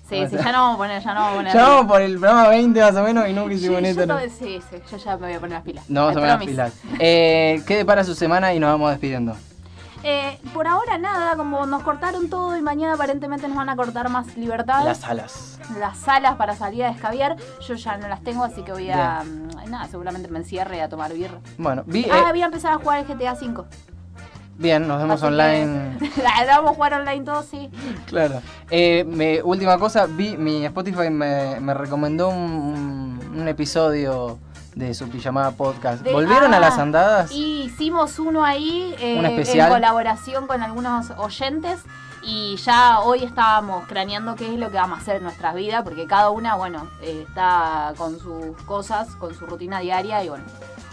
Sí,
O
sí,
sea,
ya no vamos a poner, ya no vamos a poner.
Ah, Ya vamos por el programa 20 más o menos y nunca
Sí,
hicimos un
yo
Instagram.
todavía- sí, sí, yo ya me voy a poner las pilas.
No vamos a
I
poner las
promise.
pilas. Eh, ¿Qué depara su semana y nos vamos despidiendo?
Eh, por ahora nada, como nos cortaron todo y mañana aparentemente nos van a cortar más libertades.
Las alas.
las salas para salir a escabiar, yo ya no las tengo, así que voy a. mm, Nada, seguramente me encierre a tomar birra.
Bueno, vi-
Ah,
eh,
voy a empezar a jugar el GTA V.
bien, nos vemos
Así que-
online.
Vamos a jugar online todos, sí.
Claro. Eh, me- última cosa, vi mi Spotify me, me recomendó un, un- un episodio de su pijamada podcast.
De-
¿Volvieron a
ah,
las andadas?
Y hicimos uno ahí eh,
Un especial.
en colaboración con algunos oyentes. Y ya hoy estábamos craneando qué es lo que vamos a hacer en nuestras vidas, porque cada una, bueno, eh, está con sus cosas, con su rutina diaria y bueno.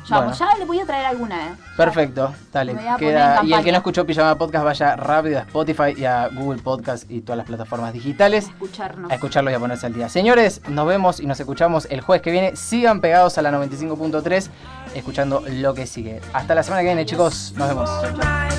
Ya,
Bueno.
ya le voy a traer alguna, ¿eh?
Perfecto, dale.
Me voy a poner en
Queda, y el
campaña.
que no escuchó Pijama Podcast vaya rápido a Spotify y a Google Podcast y todas las plataformas digitales
Para escucharnos.
a escucharlo y a ponerse al día. Señores, nos vemos y nos escuchamos el jueves que viene. Sigan pegados a la 95.3 escuchando lo que sigue. Hasta la semana que viene, chicos. Nos vemos. Chau, chau.
Tomorrow